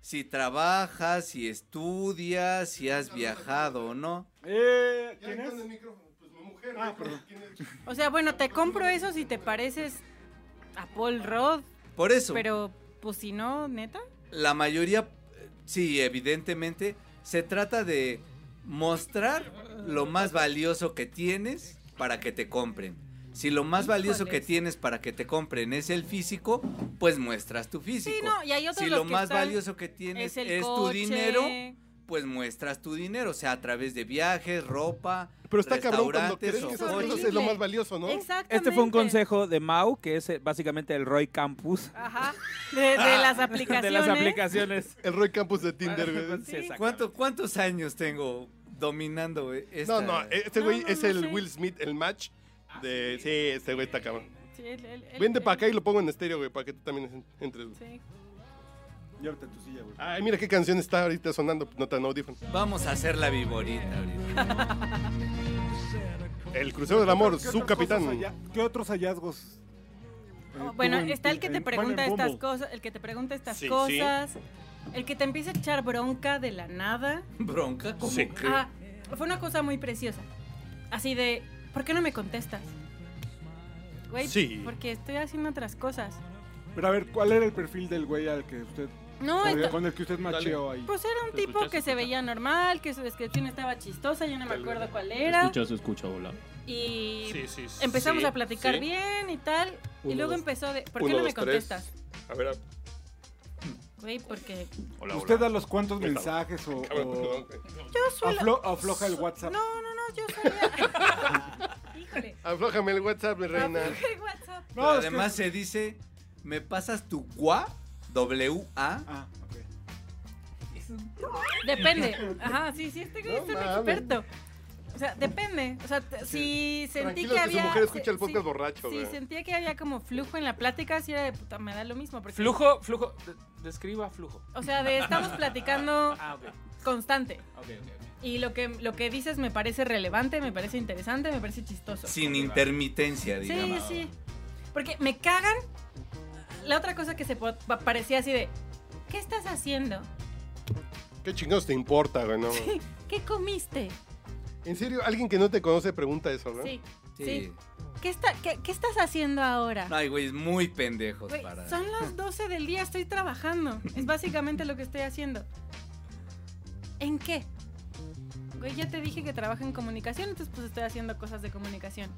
S6: si trabajas, si estudias, si has viajado o no.
S2: Eh,
S3: Ya
S2: ¿quién
S3: entró en el
S2: es?
S3: micrófono, pues mi mujer.
S2: Ah,
S3: güey,
S2: perdón.
S3: ¿quién es?
S4: O sea, bueno, te compro eso si te pareces a Paul Rudd,
S6: Por eso,
S4: pero pues si no, neta.
S6: la mayoría, eh, sí, evidentemente, se trata de mostrar lo más valioso que tienes para que te compren. Si lo más valioso que
S4: Híjoles.
S6: tienes para que te compren es el físico, pues muestras tu físico.
S4: Sí, no, y hay otros
S6: si
S4: los
S6: lo
S4: que
S6: más
S4: están-
S6: valioso que tienes
S4: Es
S6: es,
S4: el
S6: tu
S4: coche.
S6: dinero, pues muestras tu dinero, o sea, a través de viajes, ropa,
S3: Pero está cabrón cuando
S6: restaurantes,
S3: crees que
S6: o
S3: esas
S4: horrible.
S3: cosas
S6: coches.
S3: es lo más valioso, ¿no?
S4: Exactamente.
S5: Este fue un consejo de Mau, que es eh, básicamente el Roy Campus
S4: Ajá. De, de las aplicaciones.
S5: de las aplicaciones.
S3: El Roy Campus de Tinder, güey.
S5: Sí, exactamente.
S6: ¿Cuánto- ¿Cuántos años tengo dominando eh, esta?
S3: No, no, este
S4: No,
S3: güey
S4: no,
S3: es
S4: no
S3: el
S4: sé.
S3: Will Smith, el match. De... Sí, este güey está cabrón.
S4: Sí, el- el- el-
S3: Vente
S4: el-
S3: para acá y lo pongo en estéreo, güey, para que tú también en- entres. güey.
S4: Sí.
S2: Y ahorita tu silla, güey.
S3: Ay, mira qué canción está ahorita sonando, no tan audífono.
S6: Vamos a hacer la viborita ahorita.
S3: El crucero del amor,
S2: ¿Qué
S3: su
S2: otras cosas
S3: capitán.
S2: halla- ¿Qué otros hallazgos? eh,
S4: Oh, Bueno,
S2: tuvo en-
S4: está el que te
S2: en- bueno,
S4: pregunta
S2: en
S4: estas
S2: Bumble?
S4: cosas, el que te pregunta estas
S7: Sí, sí.
S4: cosas, el que te empieza a echar bronca de la nada.
S6: Bronca, como
S7: Sí.
S6: que.
S4: Ah, fue una cosa muy preciosa. Así de, ¿por qué no me contestas? Güey,
S3: Sí.
S4: porque estoy haciendo otras cosas.
S2: Pero a ver, ¿cuál era el perfil del güey al que usted
S4: No,
S2: con el-
S4: esto-
S2: con el que usted macheó ahí?
S4: pues era un
S7: Te
S4: tipo
S7: escuchas,
S4: que se
S7: escucha.
S4: veía normal, que su descripción estaba chistosa, yo no me acuerdo cuál era.
S7: Escucha, se escucha, hola.
S4: Y
S7: Sí, sí, sí.
S4: empezamos
S7: Sí,
S4: a platicar
S7: sí.
S4: bien y tal. y
S7: Uno,
S4: luego
S7: dos-
S4: empezó de, ¿por qué
S3: uno,
S4: no me
S3: dos, tres.
S4: contestas?
S3: A ver,
S4: Güey, porque
S7: Hola,
S2: ¿Usted
S7: hola.
S2: da los cuántos
S3: Ahí está.
S2: mensajes o,
S3: cabrón,
S2: o
S3: perdón.
S4: yo suelo...
S2: aflo- afloja el WhatsApp?
S4: No, no, no, yo sabía. Híjole.
S3: Aflójame el WhatsApp, mi reina.
S4: Afloja el WhatsApp.
S6: Pero
S2: No, es que-
S6: además se dice, me pasas tu gua, W-A.
S2: Ah, ok.
S4: Depende. Ajá, sí, sí, este güey
S3: No
S4: es un
S3: mames.
S4: experto. O sea, depende. O sea, t- si sentí
S3: Tranquilo,
S4: que
S3: que su
S4: había.
S3: mujer escucha el
S4: si-
S3: podcast borracho,
S4: Si
S3: güey.
S4: sentía que había como flujo en la plática, si era de puta, me da lo mismo. Porque,
S7: Flujo, flujo. de- Describa flujo.
S4: O sea, de estamos platicando
S7: Ah, ok.
S4: constante.
S7: Ok, ok. ok.
S4: Y lo que, lo que dices me parece relevante, me parece interesante, me parece chistoso.
S6: Sin intermitencia,
S4: Sí,
S6: digamos.
S4: sí. Porque me cagan. La otra cosa que se po- pa- parecía así de. ¿Qué estás haciendo?
S3: ¿Qué chingados te importa, güey? No, güey.
S4: ¿Qué comiste?
S3: En serio, alguien que no te conoce pregunta eso, ¿no?
S4: Sí. Sí. ¿Qué, está, qué, qué estás haciendo ahora?
S6: No, hay güeyes muy pendejos
S4: Güey,
S6: para.
S4: son las 12 del día, estoy trabajando. Es básicamente lo que estoy haciendo. ¿En qué? Güey, ya te dije que trabajo en comunicación, entonces pues estoy haciendo cosas de comunicación.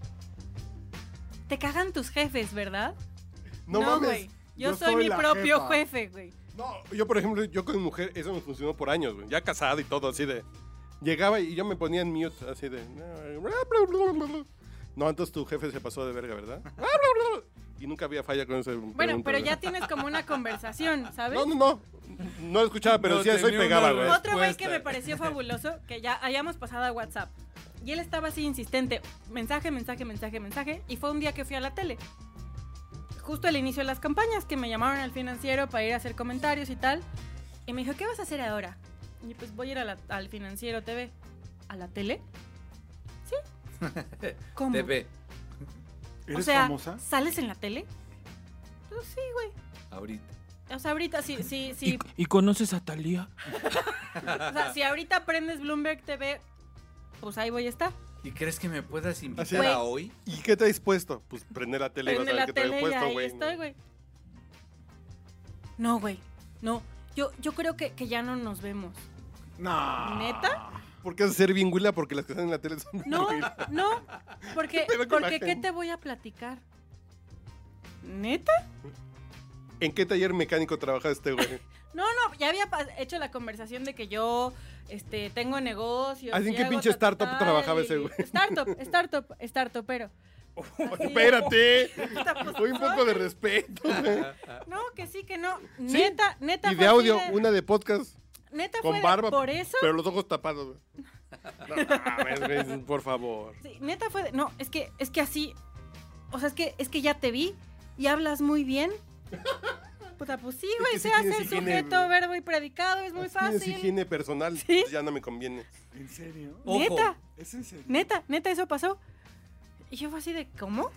S4: Te cagan tus jefes, ¿verdad?
S3: No, mames.
S4: güey. Yo,
S2: yo
S4: soy,
S2: soy
S4: mi
S2: la
S4: propio
S2: jefa.
S4: jefe, güey.
S3: No, yo por ejemplo, yo con mi mujer, eso me funcionó por años, güey. Ya casado y todo, así de. Llegaba y yo me ponía en mute, así de. No, entonces tu jefe se pasó de verga, ¿verdad? Y nunca había falla con ese.
S4: Bueno, pero ya tienes como una conversación, ¿sabes?
S3: No, no, no. No lo escuchaba, pero
S6: No
S3: sí, eso y
S6: tenía una
S3: pegaba, güey.
S4: Otro güey que
S6: respuesta.
S4: me pareció fabuloso, que ya hayamos pasado a WhatsApp. Y él estaba así insistente, mensaje, mensaje, mensaje, mensaje. Y fue un día que fui a la tele. Justo al inicio de las campañas, que me llamaron al financiero para ir a hacer comentarios y tal. Y me dijo, ¿qué vas a hacer ahora? Y pues voy a ir a la- al financiero TV. ¿A la tele? Sí. ¿Cómo?
S6: Te ve
S2: ¿Eres
S4: o sea,
S2: famosa?
S4: ¿sales en la tele? Pues sí, güey.
S6: ahorita.
S4: O sea, ahorita sí, sí, sí.
S7: ¿Y conoces a Talía?
S4: O sea, si ahorita prendes Bloomberg TV, pues ahí voy a estar.
S6: ¿Y crees que me puedas
S3: Así
S6: invitar
S3: es.
S6: a hoy?
S3: ¿Y qué traes puesto? Pues prender la tele y vas
S4: Prende
S3: a
S4: la
S3: ver qué traes
S4: tele y
S3: puesto,
S4: ahí
S3: güey.
S4: estoy, güey. No, güey. No. Yo, yo creo que, que ya no nos vemos.
S2: No.
S4: ¿Neta?
S3: ¿Por qué has de ser bien güila? Porque las que están en la tele son.
S4: No, no. Porque,
S3: ¿Qué pedo con la
S4: porque ¿qué
S3: gente?
S4: te voy a platicar? ¿Neta?
S3: ¿En qué taller mecánico trabajaste, güey?
S4: No, no, ya había pa- hecho la conversación de que yo este, tengo negocios.
S3: Así, ¿en
S4: y
S3: qué
S4: hago
S3: pinche
S4: ta, ta,
S3: startup
S4: ta,
S3: trabajaba
S4: y-
S3: ese güey?
S4: Startup, startup, startup, pero.
S3: Espérate.
S4: Fue
S3: Hoy un poco de respeto. güey.
S4: No, que sí, que no.
S3: Sí.
S4: Neta, neta.
S3: Y
S4: fue
S3: de
S4: así
S3: audio,
S4: de-
S3: una de podcast.
S4: Neta
S3: con
S4: fue de-
S3: barba,
S4: por eso.
S3: Pero los ojos tapados, güey. No, mames, güey, por favor.
S4: Sí, neta fue de- no, es que es que así o sea, es que es que ya te vi y hablas muy bien. Puta, pues sí, güey,
S3: que sí
S4: sé hacer
S3: tienes higiene,
S4: sujeto,
S3: güey.
S4: verbo y predicado, es muy
S3: Así tienes
S4: fácil.
S3: higiene personal, pues,
S4: Sí.
S3: ya no me conviene.
S2: ¿En serio?
S6: Ojo.
S4: Neta,
S2: ¿Es en serio?
S4: neta, neta eso pasó. Y yo fue así de, ¿cómo?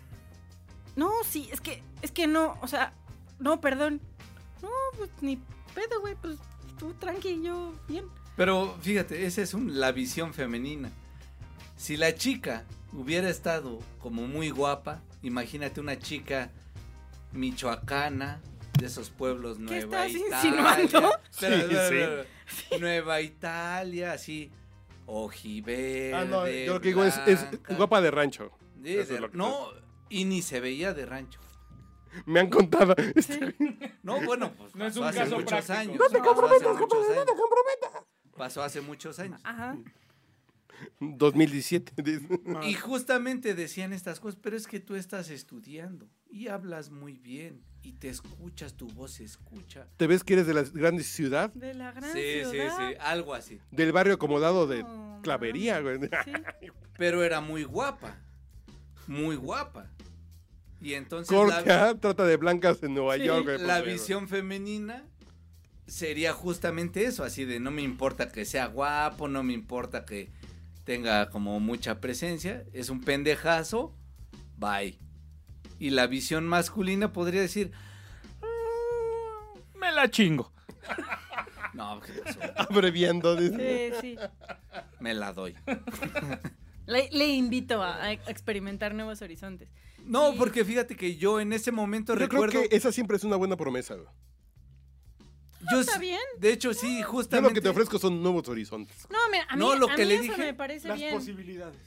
S4: No, sí, es que es que no, o sea, no, perdón. No, pues ni pedo, güey, pues tú tranqui, yo bien.
S6: Pero fíjate, esa es un- la visión femenina. Si la chica hubiera estado como muy guapa, imagínate una chica michoacana de esos pueblos
S4: ¿Qué
S6: Nueva
S4: estás
S6: Italia.
S4: insinuando?
S6: Espera,
S3: Sí,
S6: espera,
S3: sí.
S6: espera, espera. Nueva Italia, así. Ojiverde.
S3: Ah, no, yo lo que digo es, es
S6: blanca.
S3: guapa de rancho.
S6: Sí,
S3: Eso es
S6: de-
S3: lo que-
S6: no, y ni se veía de rancho.
S3: Me han contado.
S6: No, bueno, pues
S7: No es
S6: pasó
S7: un
S6: hace
S7: caso
S6: muchos
S7: práctico.
S6: años.
S4: No te
S6: pasó
S4: comprometas,
S6: hace muchos años. Pasó hace muchos años.
S4: Ajá.
S3: 2017. dice.
S6: Y justamente decían estas cosas, pero es que tú estás estudiando y hablas muy bien y te escuchas, tu voz se escucha.
S3: ¿Te ves que eres de la gran ciudad?
S4: De la gran
S6: Sí, sí,
S4: ciudad.
S6: sí, algo así.
S3: Del barrio acomodado de
S4: No,
S3: Clavería, güey.
S4: Sí.
S6: Pero era muy guapa, muy guapa. Y entonces la,
S3: Corca ah, trata de blancas en Nueva
S4: Sí.
S3: York, güey. por
S6: la
S3: favor.
S6: visión femenina sería justamente eso, así de no me importa que sea guapo, no me importa que, tenga como mucha presencia, es un pendejazo, bye. Y la visión masculina podría decir,
S7: Me la chingo.
S6: no, ¿qué pasó?
S3: Abreviando. dice.
S4: Sí, sí.
S6: me la doy.
S4: Le, le invito a, a experimentar nuevos horizontes.
S6: No,
S4: Sí.
S6: porque fíjate que yo en ese momento
S3: Yo
S6: recuerdo...
S3: creo que esa siempre es una buena promesa. güey.
S6: yo,
S4: está bien.
S6: De hecho, sí,
S3: Yo
S6: justamente...
S3: lo que te ofrezco son nuevos horizontes.
S4: No, mira, a mí,
S6: No, lo
S4: a
S6: que
S4: mí
S6: le
S4: eso
S6: dije,
S4: me parece
S2: Las
S4: bien.
S2: posibilidades.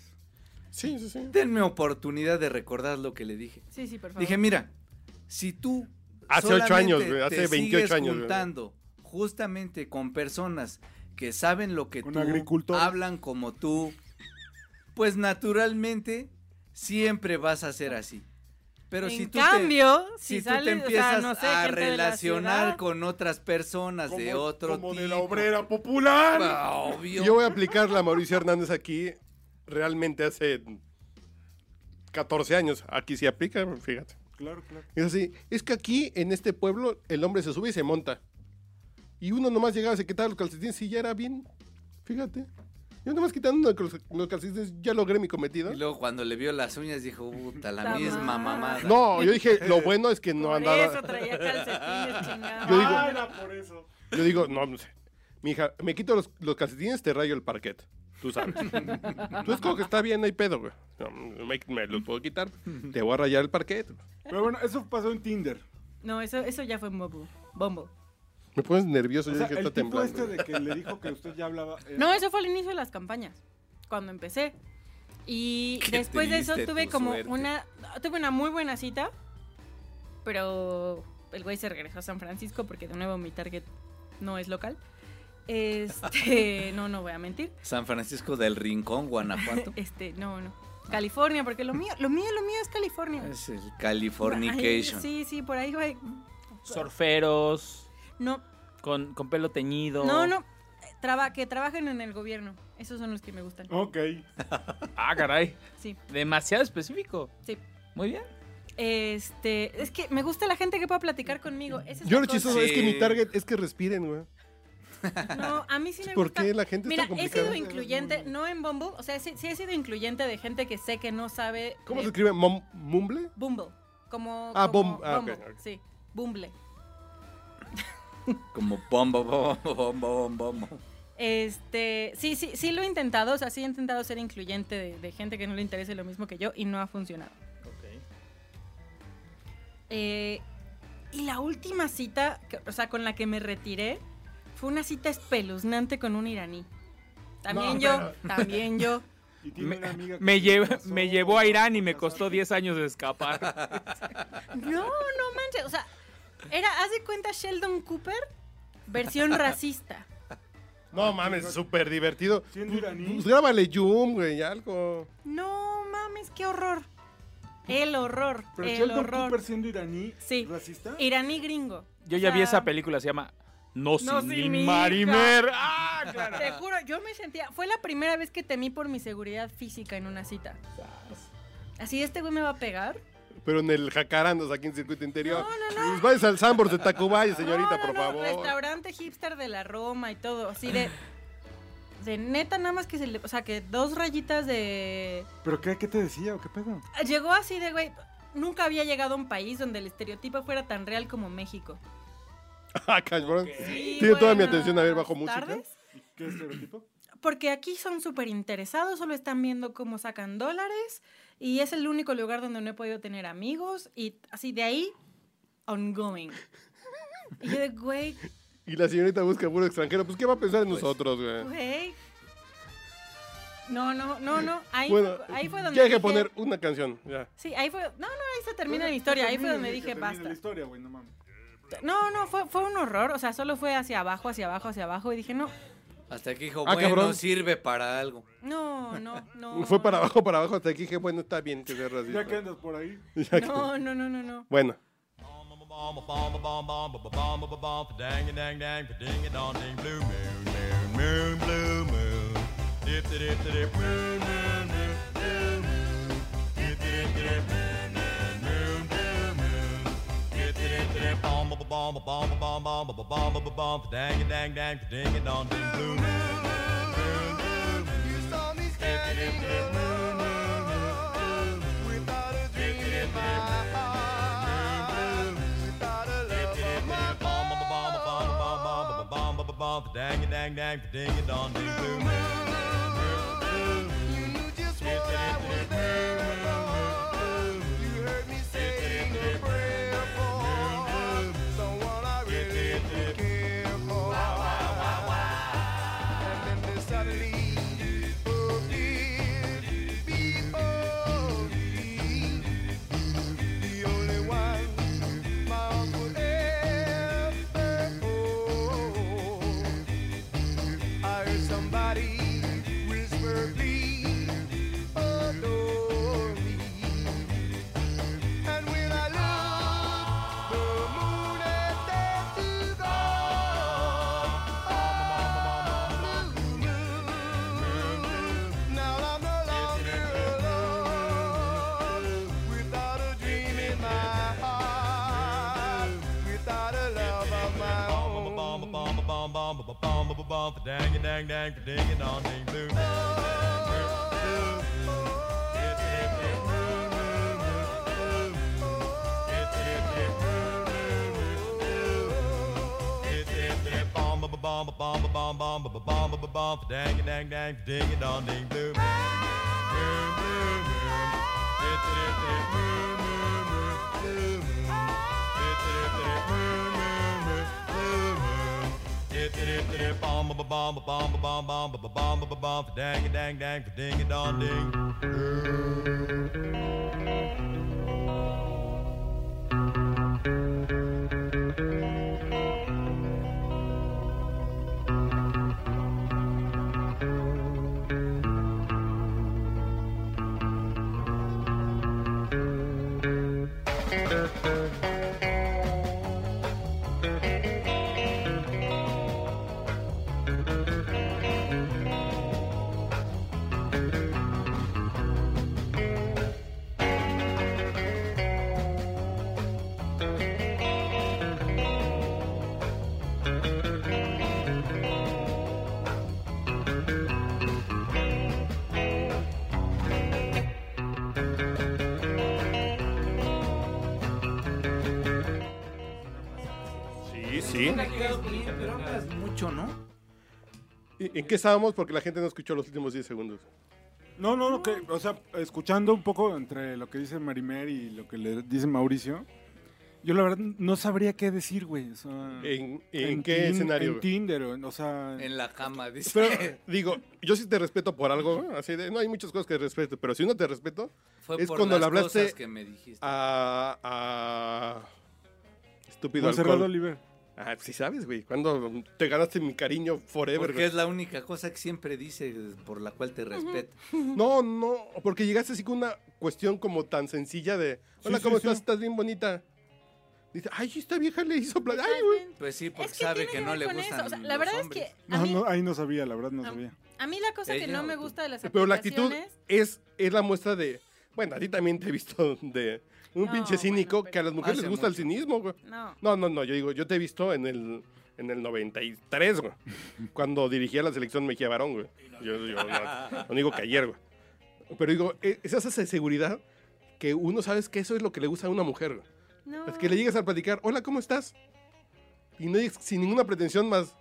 S3: Sí, sí, sí.
S6: Denme oportunidad de recordar lo que le dije.
S4: Sí, sí, por favor.
S6: Dije, mira, si tú
S3: Hace ocho años,
S6: solamente
S3: güey, hace
S6: te
S3: 28
S6: sigues
S3: años, güey.
S6: juntando justamente con personas que saben lo que
S2: Con
S6: tú
S2: agricultores.
S6: hablan como tú, pues naturalmente siempre vas a ser así. Pero
S4: en
S6: si tú
S4: cambio,
S6: te,
S4: si,
S6: si tú te
S4: sales, o sea,
S6: empiezas
S4: no sé,
S6: a
S4: gente de la
S6: relacionar
S4: ciudad,
S6: con otras personas de
S2: Como-
S6: otro
S2: Como
S6: tipo,
S2: de la obrera popular.
S6: ah, obvio.
S3: Yo voy a aplicar la Mauricio Hernández aquí realmente hace 14 años. Aquí sí aplica, fíjate.
S2: Claro, claro.
S3: Es así. Es que aquí, en este pueblo, el hombre se sube y se monta. Y uno nomás llegaba, se quitaba los calcetines y ya era bien. Fíjate. Yo nomás quitando los los calcetines ya logré mi cometido.
S6: Y luego cuando le vio las uñas dijo, puta, la
S4: Puta
S6: misma
S4: madre.
S6: mamada.
S3: No, yo dije, lo bueno es que no
S4: por eso
S3: andaba.
S4: traía calcetines, chingados.
S3: Yo digo-
S2: Ah, era por eso.
S3: Yo digo, no, no sé. Mija, me quito los, los calcetines, te rayo el parquet. Tú sabes. Tú es como que está bien, no hay pedo, güey. No, me, me los puedo quitar. Te voy a rayar el parquet.
S2: Pero bueno, eso pasó en Tinder.
S4: No, eso, eso ya fue en Bumble. Bumble.
S3: Me pones nervioso,
S2: O
S3: yo
S2: sea,
S3: dije, está
S2: el tipo
S3: temblando.
S2: este de que le dijo que usted ya hablaba. eh,
S4: No, eso fue al inicio de las campañas, cuando empecé. Y
S6: Qué
S4: después de eso
S6: triste
S4: tuve
S6: tu
S4: como
S6: suerte.
S4: una tuve una muy buena cita, pero el güey se regresó a San Francisco porque de nuevo mi target no es local. Este, no, no voy a mentir.
S6: San Francisco del Rincón, Guanajuato.
S4: Este, no, no. California, porque lo mío, lo mío, lo mío es California.
S6: es el
S4: Ahí-
S6: Californication.
S4: sí, sí, por ahí va.
S7: Surferos,
S4: No,
S7: con, con pelo teñido.
S4: no, no. Traba, que trabajen en el gobierno. Esos son los que me gustan.
S2: Ok.
S7: Ah, caray.
S4: Sí.
S7: Demasiado específico.
S4: Sí.
S7: Muy bien.
S4: Este, es que me gusta la gente que pueda platicar conmigo. Esa es
S3: Yo
S4: la
S3: lo
S4: cosa.
S3: chistoso es que
S6: Sí.
S3: mi target es que respiren, güey.
S4: No, a mí sí me
S3: ¿Por
S4: gusta.
S3: qué la gente
S4: Mira,
S3: está
S4: he
S3: complicada?
S4: sido incluyente, no en Bumble, o sea, sí, sí he sido incluyente de gente que sé que no sabe.
S3: ¿Cómo
S4: eh,
S3: se escribe? ¿Mum- ¿Mumble?
S4: Bumble. Como.
S3: Ah,
S4: como
S3: Bumble, ah, ok, ok.
S4: Sí, Bumble.
S6: Como bombo, bombo, bombo, bombo.
S4: Este, sí, sí, sí lo he intentado, o sea, sí he intentado ser incluyente de, de gente que no le interese lo mismo que yo y no ha funcionado. Eh, y la última cita, que- o sea, con la que me retiré, fue una cita espeluznante con un iraní. También
S2: No,
S4: yo, también yo.
S2: Y tiene
S7: Me,
S2: una amiga que
S7: me
S2: se
S7: lleve-
S2: casó
S7: me llevó a Irán y me
S2: casada.
S7: costó 10 años de escapar.
S4: No, no manches, o sea, era, haz de cuenta Sheldon Cooper, versión racista.
S3: No mames, súper divertido.
S2: Siendo iraní.
S3: Ah, Pues grábale Yum, güey, algo.
S4: No mames, qué horror. El horror,
S2: Pero
S4: el
S2: Sheldon
S4: horror.
S2: Cooper siendo iraní,
S4: Sí.
S2: ¿racista?
S4: Iraní gringo.
S7: Yo
S4: O
S7: ya vi
S4: sea,
S7: esa película, se llama No sin,
S4: No
S7: mi
S4: sin mi
S7: Marimer. ¡Ah, claro!
S4: Te juro, yo me sentía. Fue la primera vez que temí por mi seguridad física en una cita. Así, este güey me va a pegar.
S3: Pero en el jacarandos aquí en Circuito Interior.
S4: No, no,
S3: Pues vayas al Sambors de Tacubaya, señorita,
S4: No, no,
S3: por
S4: no,
S3: favor.
S4: Restaurante hipster de la Roma y todo. Así de. De neta, nada más que se le. O sea, que dos rayitas de.
S2: ¿Pero qué, qué te decía o qué pedo?
S4: Llegó así de, güey. Nunca había llegado a un país donde el estereotipo fuera tan real como México.
S3: Ah, cabrón.
S4: Sí,
S3: Tiene toda mi
S4: buenas
S3: atención a ver bajo música.
S4: tardes.
S2: ¿Y ¿Qué estereotipo?
S4: Porque aquí son súper interesados, solo están viendo cómo sacan dólares y es el único lugar donde no he podido tener amigos y así de ahí, ongoing. Y yo de, güey,
S3: Y la señorita busca puro extranjero. Pues, ¿qué va a pensar en nosotros, güey?
S4: güey. No, no, no, no. Ahí,
S3: Bueno,
S4: fue- ahí fue donde...
S3: Ya hay que
S4: dije-
S3: poner una canción, ya.
S4: Sí, ahí fue... No, no, ahí se termina la historia, ahí fue donde dije, basta.
S2: la historia, güey, no mames.
S4: No, no, fue, fue un horror, o sea, solo fue hacia abajo, hacia abajo, hacia abajo y dije, no,
S6: Hasta que dijo,
S3: Ah,
S6: bueno,
S3: cabrón.
S6: sirve para algo.
S4: no, no, no.
S3: Fue para abajo, para abajo, hasta aquí dije, bueno, está bien que sea racista.
S2: Ya que andas por ahí.
S3: Ya que-
S4: No, no, no, no, no.
S3: Bueno.
S8: Dang it, dang, dang, ding it, dong, ding, blue moon. You saw me scared. Dang dang dang ding dong ding blue moon. You knew just what I was there for. You heard me saying a prayer for someone I really care for. And then they suddenly appeared before me. The only one my uncle ever owned. I heard somebody whisper, please adore me. And when I looked, the moon had danced to dawn. Blue moon, now I'm no longer alone. Without a dream in my heart, without a love of my own. Dang dang dang ding it on ding blue. Dang it, dang, dang, ding it on, ding, blue. Dang it, dang, dang, ding it on, ding.
S3: Sí, sí.
S6: Mucho, ¿no?
S3: ¿Y- ¿En qué estábamos? Porque la gente no escuchó los últimos 10 segundos.
S2: No, no, no, que, o sea, escuchando un poco entre lo que dice Marimer y lo que le dice Mauricio, yo la verdad no sabría qué decir, güey. o sea,
S3: ¿En, en qué
S2: Tin-
S3: escenario?
S2: En
S3: güey?
S2: Tinder, o en- o sea...
S6: En la cama, dice.
S3: Pero, digo, yo sí te respeto por algo, ¿no? así de, no hay muchas cosas que respeto, pero si no te respeto,
S6: Fue
S3: es
S6: por
S3: cuando
S6: las
S3: le hablaste
S6: cosas que me dijiste.
S3: a... a- Estúpido
S2: Monserrat
S3: alcohol.
S2: Oliver.
S3: Ah, sí sabes, güey, cuando te ganaste mi cariño forever,
S6: Porque
S3: güey.
S6: es la única cosa que siempre dice por la cual te respeta.
S3: No, no, porque llegaste así con una cuestión como tan sencilla de, hola,
S2: sí,
S3: ¿cómo estás?
S2: sí.
S3: Estás bien bonita. Dice, ay, esta vieja le hizo... pla- Ay, güey.
S6: Pues sí, porque
S4: Es que
S6: sabe
S4: tiene
S6: que no
S4: ver
S6: le
S4: con
S6: gustan
S4: eso. O sea, la
S6: los
S4: verdad
S6: hombres.
S4: es que a
S2: No,
S4: mí,
S2: no, ahí no sabía, la verdad no
S4: Ah.
S2: sabía.
S4: a mí la cosa que
S6: Ella
S4: no
S6: o
S4: me
S6: tú.
S4: gusta de las
S3: Pero la actitud
S4: aplicaciones-
S3: es, es la muestra de. Bueno, a ti también te he visto de un
S4: No,
S3: pinche cínico
S4: bueno,
S3: que a las mujeres
S6: Hace
S3: les gusta el
S6: mucho.
S3: cinismo, güey.
S4: No.
S3: No, no, no, yo digo, yo te he visto en el, en el 93, güey. cuando dirigía la selección Mejía Barón, güey. Yo, yo no, no digo que ayer, güey. Pero digo, e- es esa seguridad que uno sabes que eso es lo que le gusta a una mujer, güey.
S4: No.
S3: Es que le llegas a platicar, hola, ¿cómo estás? Y no digas- sin ninguna pretensión más.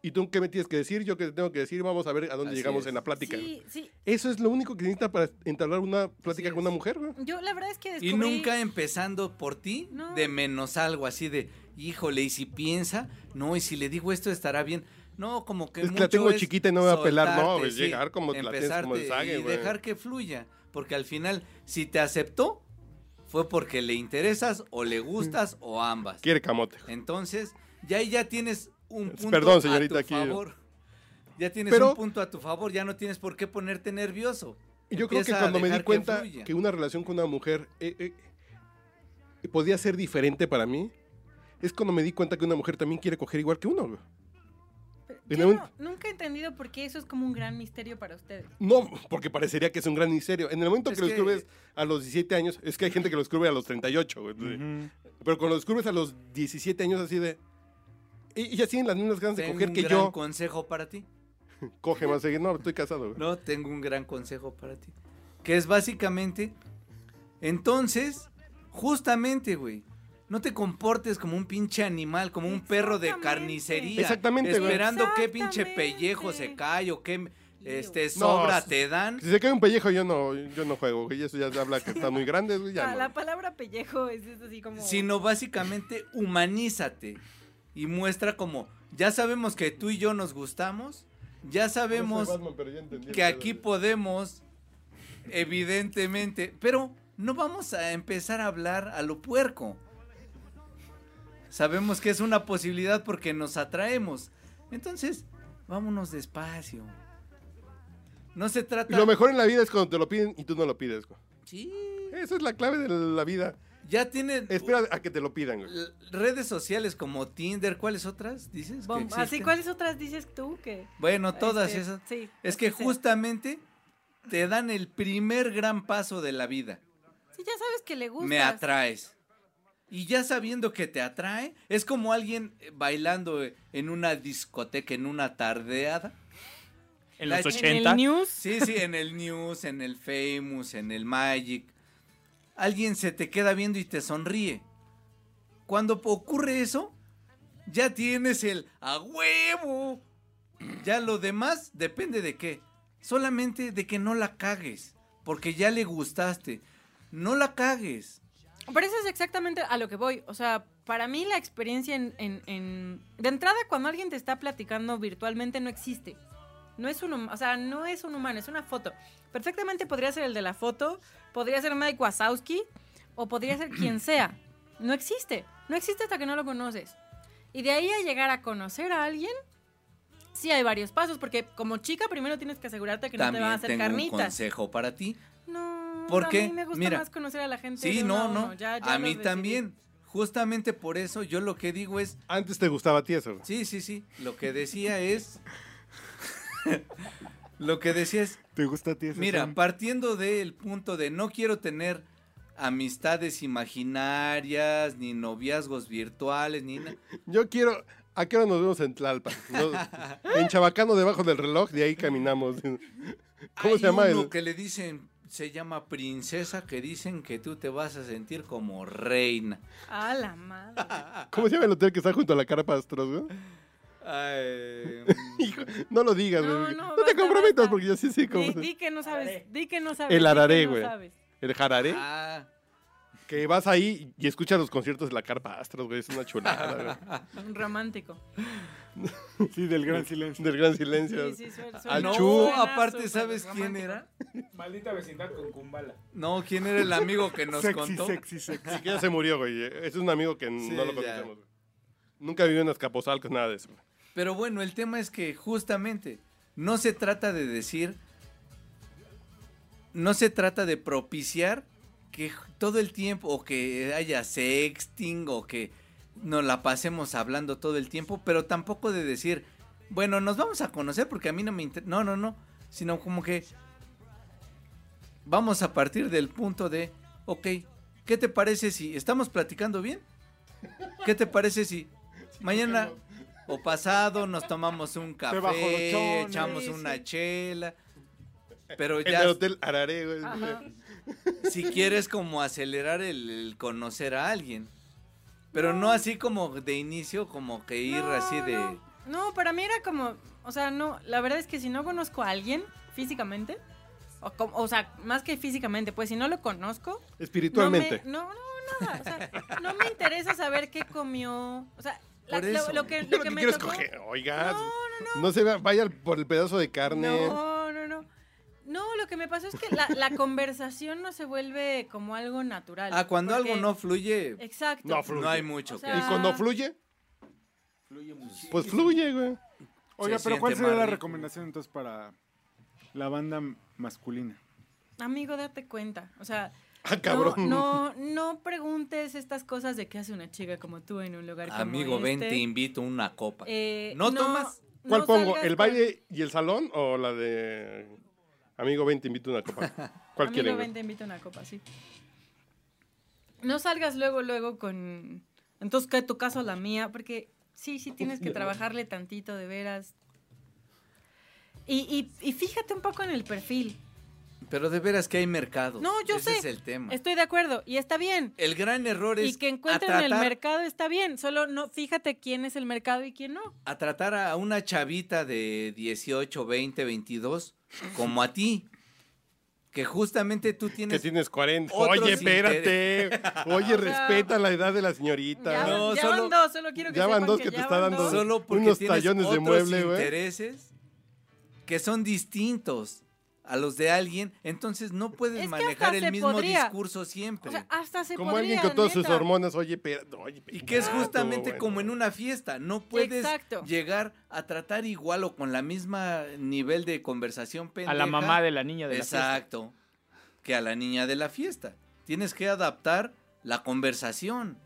S3: ¿Y tú qué me tienes que decir? ¿Yo qué te tengo que decir? Vamos a ver a dónde
S6: Así
S3: llegamos
S6: es.
S3: en la plática. güey.
S4: Sí, sí.
S3: Eso es lo único que necesita para entablar una plática
S6: Así
S3: con una mujer, güey.
S4: Yo la verdad es que descubrí...
S6: Y nunca empezando por ti,
S4: No.
S6: de menos algo así de, híjole, y si piensa, no, y si le digo esto estará bien. No, como que.
S3: Es que la
S6: mucho
S3: tengo
S6: es
S3: chiquita y no me va a pelar, no,
S6: soltarte,
S3: pues, llegar como la tienes como
S6: empezarte
S3: ensague,
S6: Y
S3: güey.
S6: dejar que fluya. Porque al final, si te aceptó, fue porque le interesas o le gustas o ambas.
S3: Quiere camote.
S6: Entonces, ya ahí ya tienes un punto
S3: Perdón,
S6: a tu
S3: señorita, aquí-
S6: favor. Ya tienes
S3: Pero-
S6: un punto a tu favor, ya no tienes por qué ponerte nervioso.
S3: Yo creo que
S6: Empieza a
S3: cuando me
S6: dejar
S3: di cuenta que,
S6: fluya.
S3: una relación con una mujer eh, eh, podía ser diferente para mí, es cuando me di cuenta que una mujer también quiere coger igual que uno, güey.
S4: Yo
S3: Dime un-
S4: no- nunca he entendido por qué eso es como un gran misterio para ustedes.
S3: No, porque parecería que es un gran misterio. En el momento
S6: Es
S3: que lo
S6: que-
S3: descubres a los 17 años, es que hay gente que lo descubre a los 38, güey.
S2: Ujú.
S3: Pero cuando lo descubres a los 17 años así de... y- Ella tiene las mismas ganas de
S6: Tengo
S3: coger
S6: un
S3: que
S6: gran
S3: yo.
S6: consejo para ti.
S3: Coge más seguir. No, estoy casado, güey.
S6: No, tengo un gran consejo para ti. Que es básicamente, entonces, justamente, güey, no te comportes como un pinche animal, como un perro de
S4: Exactamente.
S6: carnicería.
S3: Exactamente, güey.
S6: Esperando qué pinche
S4: Exactamente.
S6: pellejo se cae o qué este, sobra
S3: No,
S6: te dan.
S3: Si se cae un pellejo, yo no, yo no juego, güey. Eso ya habla que está muy grande, güey.
S4: Ah,
S3: Ya
S4: La
S3: no.
S4: palabra pellejo es, es así como...
S6: Sino básicamente humanízate y muestra como, ya sabemos que tú y yo nos gustamos, ya sabemos que aquí podemos, evidentemente, pero no vamos a empezar a hablar a lo puerco. Sabemos que es una posibilidad porque nos atraemos. Entonces, vámonos despacio. No se trata...
S3: Lo mejor en la vida es cuando te lo piden y tú no lo pides, güey.
S6: Sí,
S3: Esa es la clave de la vida.
S6: ya tienen
S3: Espera a que te lo pidan, güey.
S6: l- redes sociales como Tinder, ¿cuáles otras dices? que
S4: Bom- así,
S6: existen?
S4: ¿cuáles otras dices tú que...?
S6: Bueno, todas
S4: este,
S6: esas.
S4: Sí.
S6: Es
S4: las
S6: que
S4: sean.
S6: justamente te dan el primer gran paso de la vida.
S4: Sí, ya sabes que le gusta.
S6: me atraes. Y ya sabiendo que te atrae, es como alguien eh, bailando eh, en una discoteca, en una tardeada.
S7: En
S6: La
S7: los
S6: ch-
S4: En
S7: 80.
S4: el news.
S6: Sí, sí, en el News, en el Famous, en el Magic. Alguien se te queda viendo y te sonríe. Cuando ocurre eso, ya tienes el a huevo. Ya lo demás depende de qué. Solamente de que no la cagues, porque ya le gustaste. No la cagues.
S4: Pero eso es exactamente a lo que voy. O sea, para mí la experiencia en, en- en- De entrada, cuando alguien te está platicando virtualmente, no existe. No es un hum- o sea, no es un humano, es una foto. Perfectamente podría ser el de la foto, podría ser Mike Wazowski, o podría ser quien sea. No existe. No existe hasta que no lo conoces. Y de ahí a llegar a conocer a alguien, sí hay varios pasos, porque como chica primero tienes que asegurarte que no te
S6: También
S4: van a hacer
S6: tengo un
S4: carnitas.
S6: consejo para ti.
S4: No,
S6: ¿Por
S4: a
S6: qué?
S4: mí me gusta
S6: Mira.
S4: más conocer a la gente.
S6: Sí,
S4: de uno
S6: no,
S4: uno.
S6: no.
S4: Ya- ya
S6: a
S4: lo
S6: mí
S4: decidí.
S6: también. Justamente por eso yo lo que digo es,
S3: Antes te gustaba a ti eso, güey.
S6: Sí, sí, sí. Lo que decía es. lo que decía es.
S2: ¿Te gusta a ti ese
S6: Mira,
S2: son?
S6: partiendo del punto de no quiero tener amistades imaginarias, ni noviazgos virtuales, ni nada.
S3: Yo quiero. ¿A qué hora nos vemos en Tlalpan? No, en Chabacano, debajo del reloj, de ahí caminamos. ¿Cómo
S6: Hay
S3: se llama
S6: uno
S3: el.?
S6: que le dicen. Se llama princesa que dicen que tú te vas a sentir como reina.
S4: A la madre.
S3: ¿Cómo se llama el hotel que está junto a la cara Astros, güey?
S6: Ay,
S3: Hijo, no lo digas,
S4: No,
S3: güey.
S4: no,
S3: No, te
S4: basta,
S3: comprometas
S4: basta.
S3: porque yo sí sé cómo.
S4: Di,
S3: se-
S4: di que no sabes, di que no sabes.
S3: El
S4: di que
S3: araré,
S4: no
S3: güey.
S4: sabes.
S3: El Jararé.
S6: ah,
S3: Que vas ahí y escuchas los conciertos de la carpa Astros, güey. Es una chulada, güey.
S4: Un romántico.
S2: Sí, del gran silencio.
S3: Del gran silencio.
S4: Sí, sí, suena-
S3: Al
S4: suena-
S6: no,
S3: Chu.
S4: suena
S6: aparte,
S4: súper
S6: ¿sabes quién
S4: romántico.
S6: era?
S5: Maldita vecindad con Kumbala.
S6: No, ¿quién era el amigo que nos
S2: sexy,
S6: contó?
S2: sexy, sexy.
S3: Que ya se murió, güey. Es un amigo que
S6: Sí,
S3: no
S6: ya.
S3: lo conocemos, güey. Nunca vivió en Azcapotzalco, nada de eso. güey.
S6: Pero bueno, el tema es que justamente no se trata de decir, no se trata de propiciar que j- todo el tiempo, o que haya sexting, o que nos la pasemos hablando todo el tiempo, pero tampoco de decir, bueno, nos vamos a conocer porque a mí no me interesa. No, no, no, sino como que vamos a partir del punto de, ok, ¿qué te parece si estamos platicando bien? ¿Qué te parece si mañana o pasado nos tomamos un
S2: bajo los
S6: café,
S2: chones.
S6: echamos
S4: Sí,
S6: una
S4: sí.
S6: chela? Pero
S3: En
S6: Pues ya,
S3: el hotel Araré, güey.
S4: Ajá.
S6: si quieres como acelerar el, el conocer a alguien. Pero no así como de inicio, como que ir
S4: No,
S6: así de...
S4: No. No, para mí era como, o sea, no, la verdad es que si no conozco a alguien físicamente, o, com- o sea, más que físicamente, pues si no lo conozco,
S3: Espiritualmente.
S4: No, me- no, no, nada. O sea, no me interesa saber qué comió. O sea, la-
S6: Por
S4: lo-
S6: eso.
S4: lo, que,
S3: Yo
S4: lo
S3: no
S4: que
S3: te
S4: me
S3: quiero
S4: tocó-
S3: escoger. Oiga.
S4: No,
S3: No se vea- vaya por el pedazo de carne.
S4: No, no, no. No, lo que me pasó es que la, la conversación no se vuelve como algo natural.
S6: Ah, cuando
S4: porque-
S6: algo no fluye,
S4: Exacto.
S3: No fluye.
S6: no hay mucho
S4: O
S6: que
S4: sea,
S3: Y cuando fluye, pues fluye, güey.
S2: Oiga,
S6: Se
S2: pero ¿cuál
S6: siente
S2: sería
S6: más
S2: la
S6: rico.
S2: recomendación entonces para la banda masculina?
S4: Amigo, date cuenta. O sea,
S3: Ah,
S4: no,
S3: cabrón.
S4: no, no preguntes estas cosas de qué hace una chica como tú en un lugar como
S6: Amigo, ven,
S4: este.
S6: te invito a una copa.
S4: Eh,
S6: ¿No tomas?
S4: no
S3: ¿Cuál pongo?
S4: salgas
S3: ¿El
S4: con-
S3: baile y el salón o la de Amigo ven, te invito a una copa? ¿Cuál
S4: Amigo,
S3: quieren?
S4: ven,
S3: güey?
S4: te invito a una copa, sí. No salgas luego, luego con... Entonces, ¿qué tu caso la mía? Porque sí, sí tienes que trabajarle tantito, de veras. Y, y- y fíjate un poco en el perfil.
S6: Pero de veras que hay mercado.
S4: No, yo
S6: Ese
S4: sé.
S6: es el tema.
S4: Estoy de acuerdo y está bien.
S6: El gran error es
S4: Y que encuentren el
S6: atratar-
S4: mercado está bien. Solo no fíjate quién es el mercado y quién no.
S6: a tratar a una chavita de 18, 20, 22 como a ti. Que justamente tú
S3: Que
S6: tienes...
S3: tienes 40.
S6: Otros
S3: Oye, espérate. Oye,
S4: O sea,
S3: respeta la edad de la
S4: Ya,
S3: señorita.
S6: No,
S4: van- ya
S6: solo-
S4: van dos, solo quiero que
S3: ya van
S4: sepan
S3: dos que te
S4: ya
S3: está
S4: van
S3: dando-
S4: dos.
S6: Solo porque
S3: Unos
S6: tienes
S3: tallones de
S6: otros
S3: mueble, güey.
S6: intereses que son distintos a los de alguien. Entonces no puedes
S4: Es que
S6: manejar
S4: hasta
S6: el
S4: se
S6: mismo
S4: podría.
S6: discurso siempre.
S4: O sea, ah, hasta se
S3: Como
S4: podría,
S3: alguien con todas sus
S4: neta.
S3: hormonas. Oye, espérate. oye,
S6: y que es
S3: espérate,
S6: justamente
S3: Ah, bueno.
S6: como en una fiesta. No puedes
S4: Exacto.
S6: llegar a tratar igual o con la misma nivel de conversación pendeja.
S7: A la mamá de la niña de la fiesta.
S6: Exacto. Que a la niña de la fiesta. Tienes que adaptar la conversación.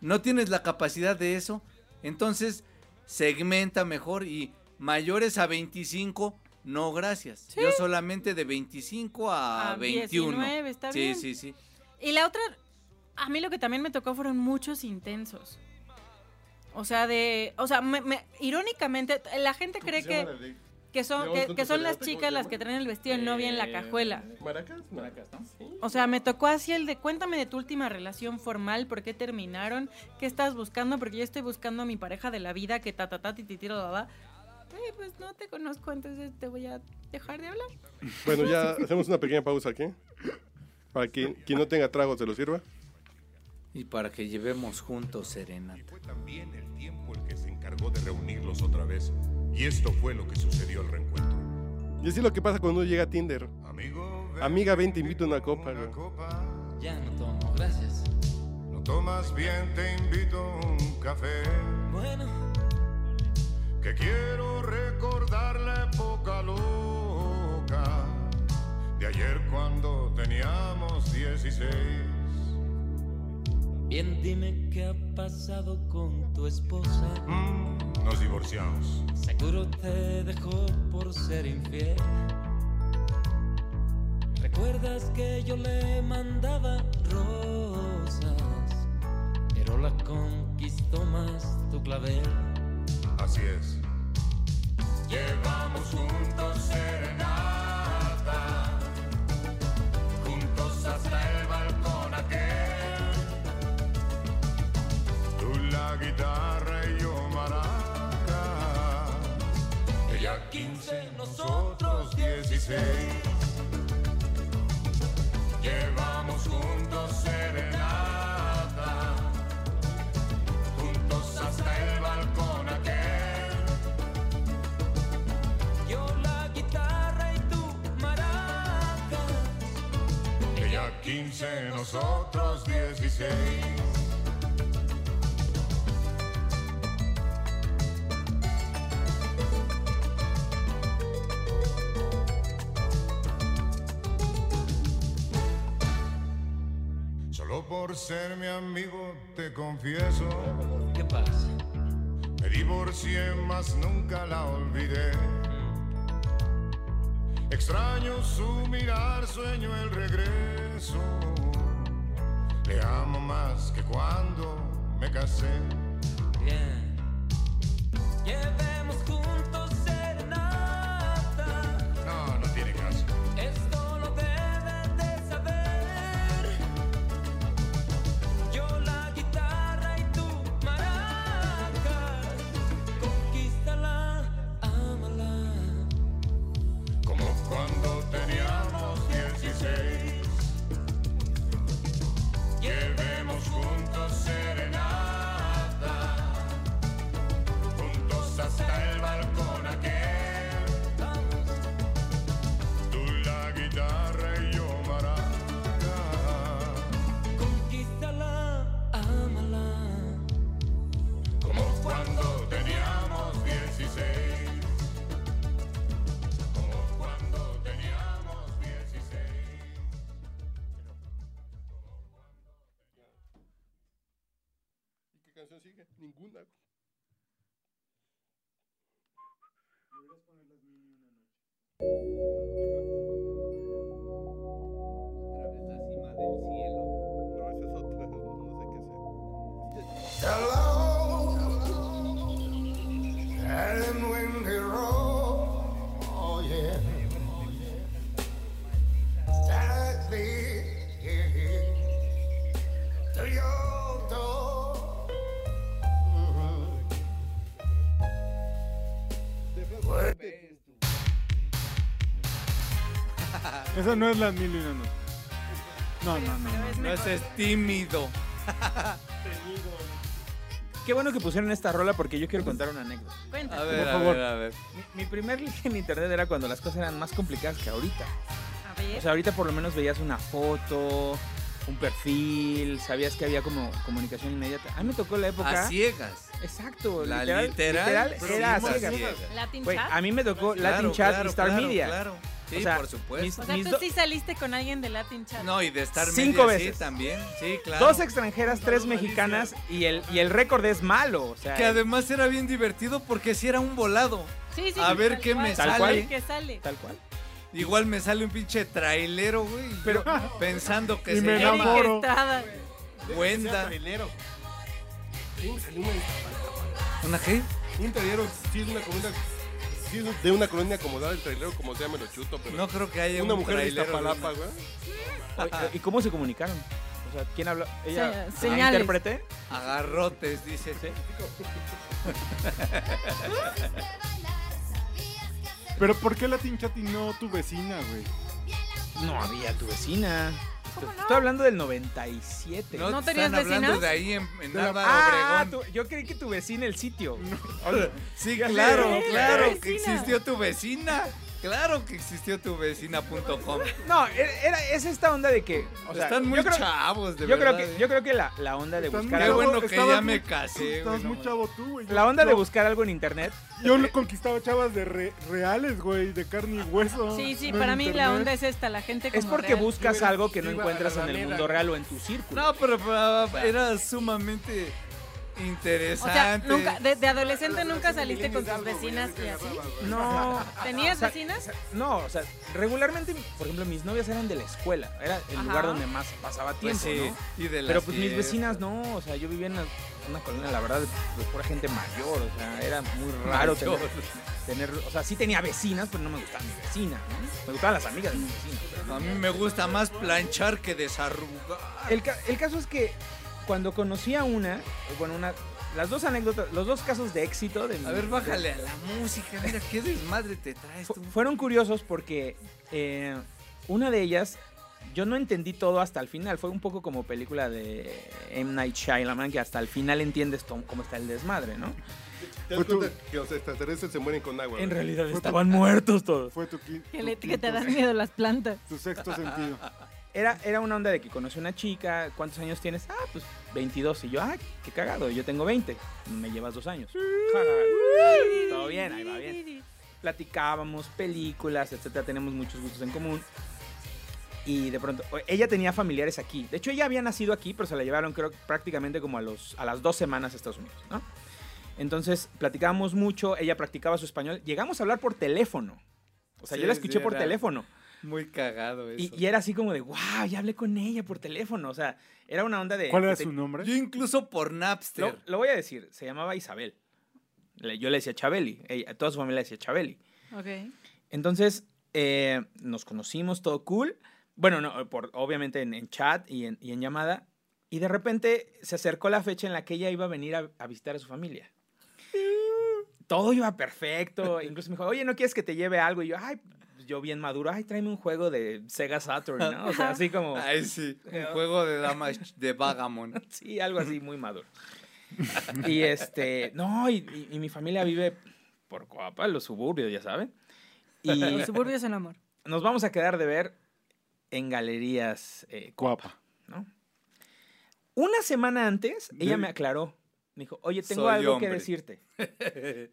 S6: No tienes la capacidad de eso. Entonces, segmenta mejor y mayores a 25, no gracias. Yo solamente de 25 a,
S4: A
S6: 21.
S4: 19, está
S6: sí,
S4: bien.
S6: sí, sí.
S4: Y la otra, a mí lo que también me tocó fueron muchos intensos. O sea, de. O sea, me- me- irónicamente, la gente
S3: ¿Cómo
S4: cree
S3: se llama
S4: que,
S3: la de-
S4: que son,
S3: Luego
S4: que,
S3: con
S4: que
S3: tu
S4: son las
S3: cerebrote, ¿cómo
S4: chicas
S3: se
S4: las
S3: llama?
S4: que traen el vestido de novia en la cajuela.
S3: Maracas, maracas, ¿no? Sí.
S4: O sea, me tocó así el de cuéntame de tu última relación formal, por qué terminaron, qué estás buscando, porque yo estoy buscando a mi pareja de la vida, que ta ta ta ti ti tiro da, da. Güey, pues no te conozco, entonces te voy a dejar de hablar.
S3: Bueno, ya hacemos una pequeña pausa aquí. Para que quien no tenga trago se lo sirva.
S6: Y para que llevemos juntos serenata.
S9: Fue también el tiempo el que se encargó de reunirlos otra vez. Y esto fue lo que sucedió al reencuentro.
S3: Y así es lo que pasa cuando uno llega a Tinder.
S9: Amigo, ven,
S3: Amiga, ven, te invito a una copa,
S9: una
S3: güey.
S9: copa.
S6: Ya no tomo, gracias.
S9: No tomas bien, te invito a un café.
S6: Bueno,
S9: Que quiero recordar la época loca de ayer cuando teníamos 16.
S6: bien dime qué ha pasado con tu esposa.
S9: Mm, nos divorciamos.
S6: Seguro te dejó por ser infiel. ¿Recuerdas que yo le mandaba rosas? Pero la conquistó más tu clavel.
S9: Así es. Llevamos juntos serenata, juntos hasta el balcón aquel. Tú la guitarra y yo maracas, ella quince, nosotros dieciséis. Llevamos juntos serenata, juntos hasta el balcón aquel.
S6: Yo la guitarra y tu maracas.
S9: Ella 15, nosotros 16. Solo por ser mi amigo te confieso,
S6: ¿Qué pasa?
S9: me divorcié, mas nunca la olvidé. Extraño su mirar, sueño el regreso. Le amo más que cuando me casé.
S6: Bien. Llevemos juntos serenata.
S9: No, no tiene caso.
S6: Esto lo debes de saber. Yo la guitarra y tú maracas. Conquístala, ámala.
S9: Como cuando teníamos 16. Llevemos juntos serenata. Juntos hasta el balcón aquel. Tú la guitarra y yo maraca.
S6: Conquístala, ámala.
S9: como cuando teníamos 16. Como cuando teníamos 16.
S3: ¿Qué canción sigue? Ninguna. No, esa es otra. No
S9: Hello, and when they roll, oh, Mm-hmm.
S2: Esa no es las mil y una noches. No, no, no.
S4: Pero es
S6: No,
S4: mejor.
S6: ese es tímido.
S5: Qué bueno que pusieron esta rola porque yo quiero contar una anécdota.
S4: Cuenta.
S6: A ver,
S5: Por
S6: a
S5: favor.
S6: ver, a ver.
S5: Mi, mi primer link en internet era cuando las cosas eran más complicadas que ahorita.
S4: A ver.
S5: O sea, ahorita por lo menos veías una foto, un perfil, sabías que había como comunicación inmediata. A mí me tocó la época.
S6: A ciegas.
S5: Exacto,
S6: Ah, La
S5: literal.
S6: literal, pero
S5: era a
S6: fuimos a
S5: ciegas.
S6: ciegas.
S4: Latin
S5: Güey,
S4: chat.
S5: a mí me tocó Latin
S6: Claro,
S5: Chat y
S6: claro,
S5: Star
S6: claro,
S5: Media.
S6: claro. Sí,
S5: O sea,
S6: por supuesto.
S4: o sea,
S5: mis
S4: tú
S5: do-
S4: sí saliste con alguien de Latin Chat.
S6: No, y de Star
S5: Cinco
S6: Media,
S5: veces.
S6: Sí, también. Sí, claro.
S5: Dos extranjeras, tres mexicanas y el, y el récord es malo. O sea,
S6: Que además era bien divertido porque si era un volado.
S4: Sí, sí,
S6: A
S4: tal
S6: ver qué me
S4: cual,
S5: sale.
S4: a ver qué sale.
S5: tal cual.
S6: Igual me sale un pinche trailero, güey. y yo
S5: Pero-
S6: pensando que
S2: Y
S6: se
S2: me
S6: llama
S2: enamoro.
S4: Eric Estrada.
S6: Wenda. ¿Una qué?
S3: Un trailero sí es una colonia. Sí es de una colonia acomodada, el trailero como sea me lo chuto, pero.
S6: No creo que haya
S3: una
S6: un
S3: mujer de
S6: trailero,
S3: Iztapalapa,
S6: ¿no?
S3: güey.
S5: Oye, ¿Y cómo se comunicaron? O sea, ¿quién habló? ¿Ella?
S4: Se-
S5: ah,
S4: señales.
S5: ¿Intérprete?
S6: Agarrotes, dice.
S2: Pero ¿por qué Latin Chat y no tu vecina, güey?
S5: No había tu vecina.
S4: ¿Cómo no?
S5: Estoy hablando del 97.
S6: No,
S4: ¿No
S6: te
S4: tenías
S6: están hablando
S4: vecinas?
S6: de ahí en, en Álvaro
S5: Ah,
S6: Obregón.
S5: tu- yo creí que tu vecina el sitio.
S6: Sí,
S5: Ya sé.
S6: claro,
S4: Sí,
S6: claro
S4: la
S6: que
S4: vecina.
S6: existió tu vecina. Claro que existió tu vecina.com.
S5: No, era, era- es esta onda de que. O sea,
S6: Están muy
S5: yo creo,
S6: chavos, de
S5: yo creo
S6: verdad.
S5: que,
S6: ¿eh?
S5: yo creo que la, la onda de
S2: Estás
S5: buscar
S2: muy
S6: Qué
S5: algo.
S6: bueno que
S2: Estabas
S6: ya
S2: muy-
S6: me casé, güey.
S2: Estás
S6: no
S2: muy
S6: mames.
S2: chavo tú, güey.
S5: La onda de
S2: Yo-
S5: buscar algo en internet.
S2: Yo lo conquistaba chavas de re- reales, güey, de carne y hueso.
S4: Sí, sí,
S2: no en
S4: para mí la
S2: internet.
S4: onda es esta, la gente como
S5: Es porque
S4: real.
S5: buscas
S7: Yo iba-
S5: algo que no
S7: yo iba a
S5: encuentras en el
S7: Alameda.
S5: mundo real o en tu círculo.
S6: No, pero, pero era sumamente
S4: O sea,
S6: interesante.
S4: nunca, de, de adolescente nunca saliste con tus vecinas y así.
S5: No,
S4: ¿Tenías
S5: O sea,
S4: vecinas?
S5: no, o sea, regularmente, por ejemplo, mis novias eran de la escuela, era el
S4: Ajá.
S5: lugar donde más pasaba tiempo,
S6: Pues sí,
S5: ¿no?
S6: y de las
S5: Pero pues mis
S6: fiestas.
S5: vecinas no, o sea, yo vivía en una, una colonia, la verdad, de pura gente mayor, o sea, era muy raro tener, tener- o sea, sí tenía vecinas, pero no me gustaba mi vecina, ¿no? Me gustaban las amigas de mi vecina.
S6: A mí me gusta más planchar que desarrugar.
S5: El, ca- el caso es que cuando conocí a una, bueno, una, las dos anécdotas, los dos casos de éxito de mi-
S6: A ver, bájale a la música. Mira qué desmadre te traes
S5: Fu-
S6: tú.
S5: fueron curiosos porque eh, una de ellas, yo no entendí todo hasta el final. Fue un poco como película de M. Night Shyamalan, que hasta el final entiendes tom- cómo está el desmadre, ¿no?
S3: ¿Te das cuenta que los extraterrestres se mueren con agua?
S5: En
S3: güey?
S5: realidad estaban muertos todos.
S2: Fue tu, qui-
S4: Que,
S2: tu
S4: le- que te
S2: quinto-
S4: dan miedo las plantas.
S2: Tu sexto sentido.
S5: Era, era una onda de que conocí a una chica, ¿cuántos años tienes? Ah, pues 22. Y yo, ah, qué cagado, yo tengo 20. Me llevas dos años. Ja, ja, ja. Todo bien, ahí va bien. platicábamos películas, etcétera, tenemos muchos gustos en común. Y de pronto, o- ella tenía familiares aquí. De hecho, ella había nacido aquí, pero se la llevaron, creo, prácticamente como a, los, a las dos semanas a Estados Unidos, ¿no? Entonces, platicábamos mucho, ella practicaba su español. Llegamos a hablar por teléfono. O sea,
S6: Sí,
S5: yo la
S6: sí,
S5: escuché por
S6: era-
S5: teléfono.
S6: Muy cagado eso.
S5: Y, y era así como de, wow, ya hablé con ella por teléfono. O sea, era una onda de...
S2: ¿Cuál
S5: que
S2: era
S5: te-
S2: su nombre?
S6: Yo incluso por
S5: lo,
S6: Napster.
S5: lo voy a decir, se llamaba Isabel. Le- Yo le decía Chabeli. Ella, toda su familia le decía Chabeli.
S4: Ok.
S5: Entonces, eh, nos conocimos, todo cool. Bueno, no, por, obviamente en, en chat y en, y en llamada. Y de repente se acercó la fecha en la que ella iba a venir a, a visitar a su familia. Todo iba perfecto. Incluso me dijo, oye, ¿no quieres que te lleve algo? Y yo, ay, pues, yo bien maduro, ay, tráeme un juego de Sega Saturn, ¿no? O sea, así como,
S6: Ay, sí. Un juego de damas de Vagamon.
S5: sí, algo así muy maduro. Y este, no, y, y- y mi familia vive por Coapa, los suburbios, ya saben. Y,
S4: Los suburbios en amor.
S5: nos vamos a quedar de ver en galerías eh,
S2: Guapa.
S5: ¿no? Una semana antes, ella
S2: Sí.
S5: me aclaró. Me dijo, oye, tengo
S6: Soy
S5: algo
S6: hombre.
S5: que decirte.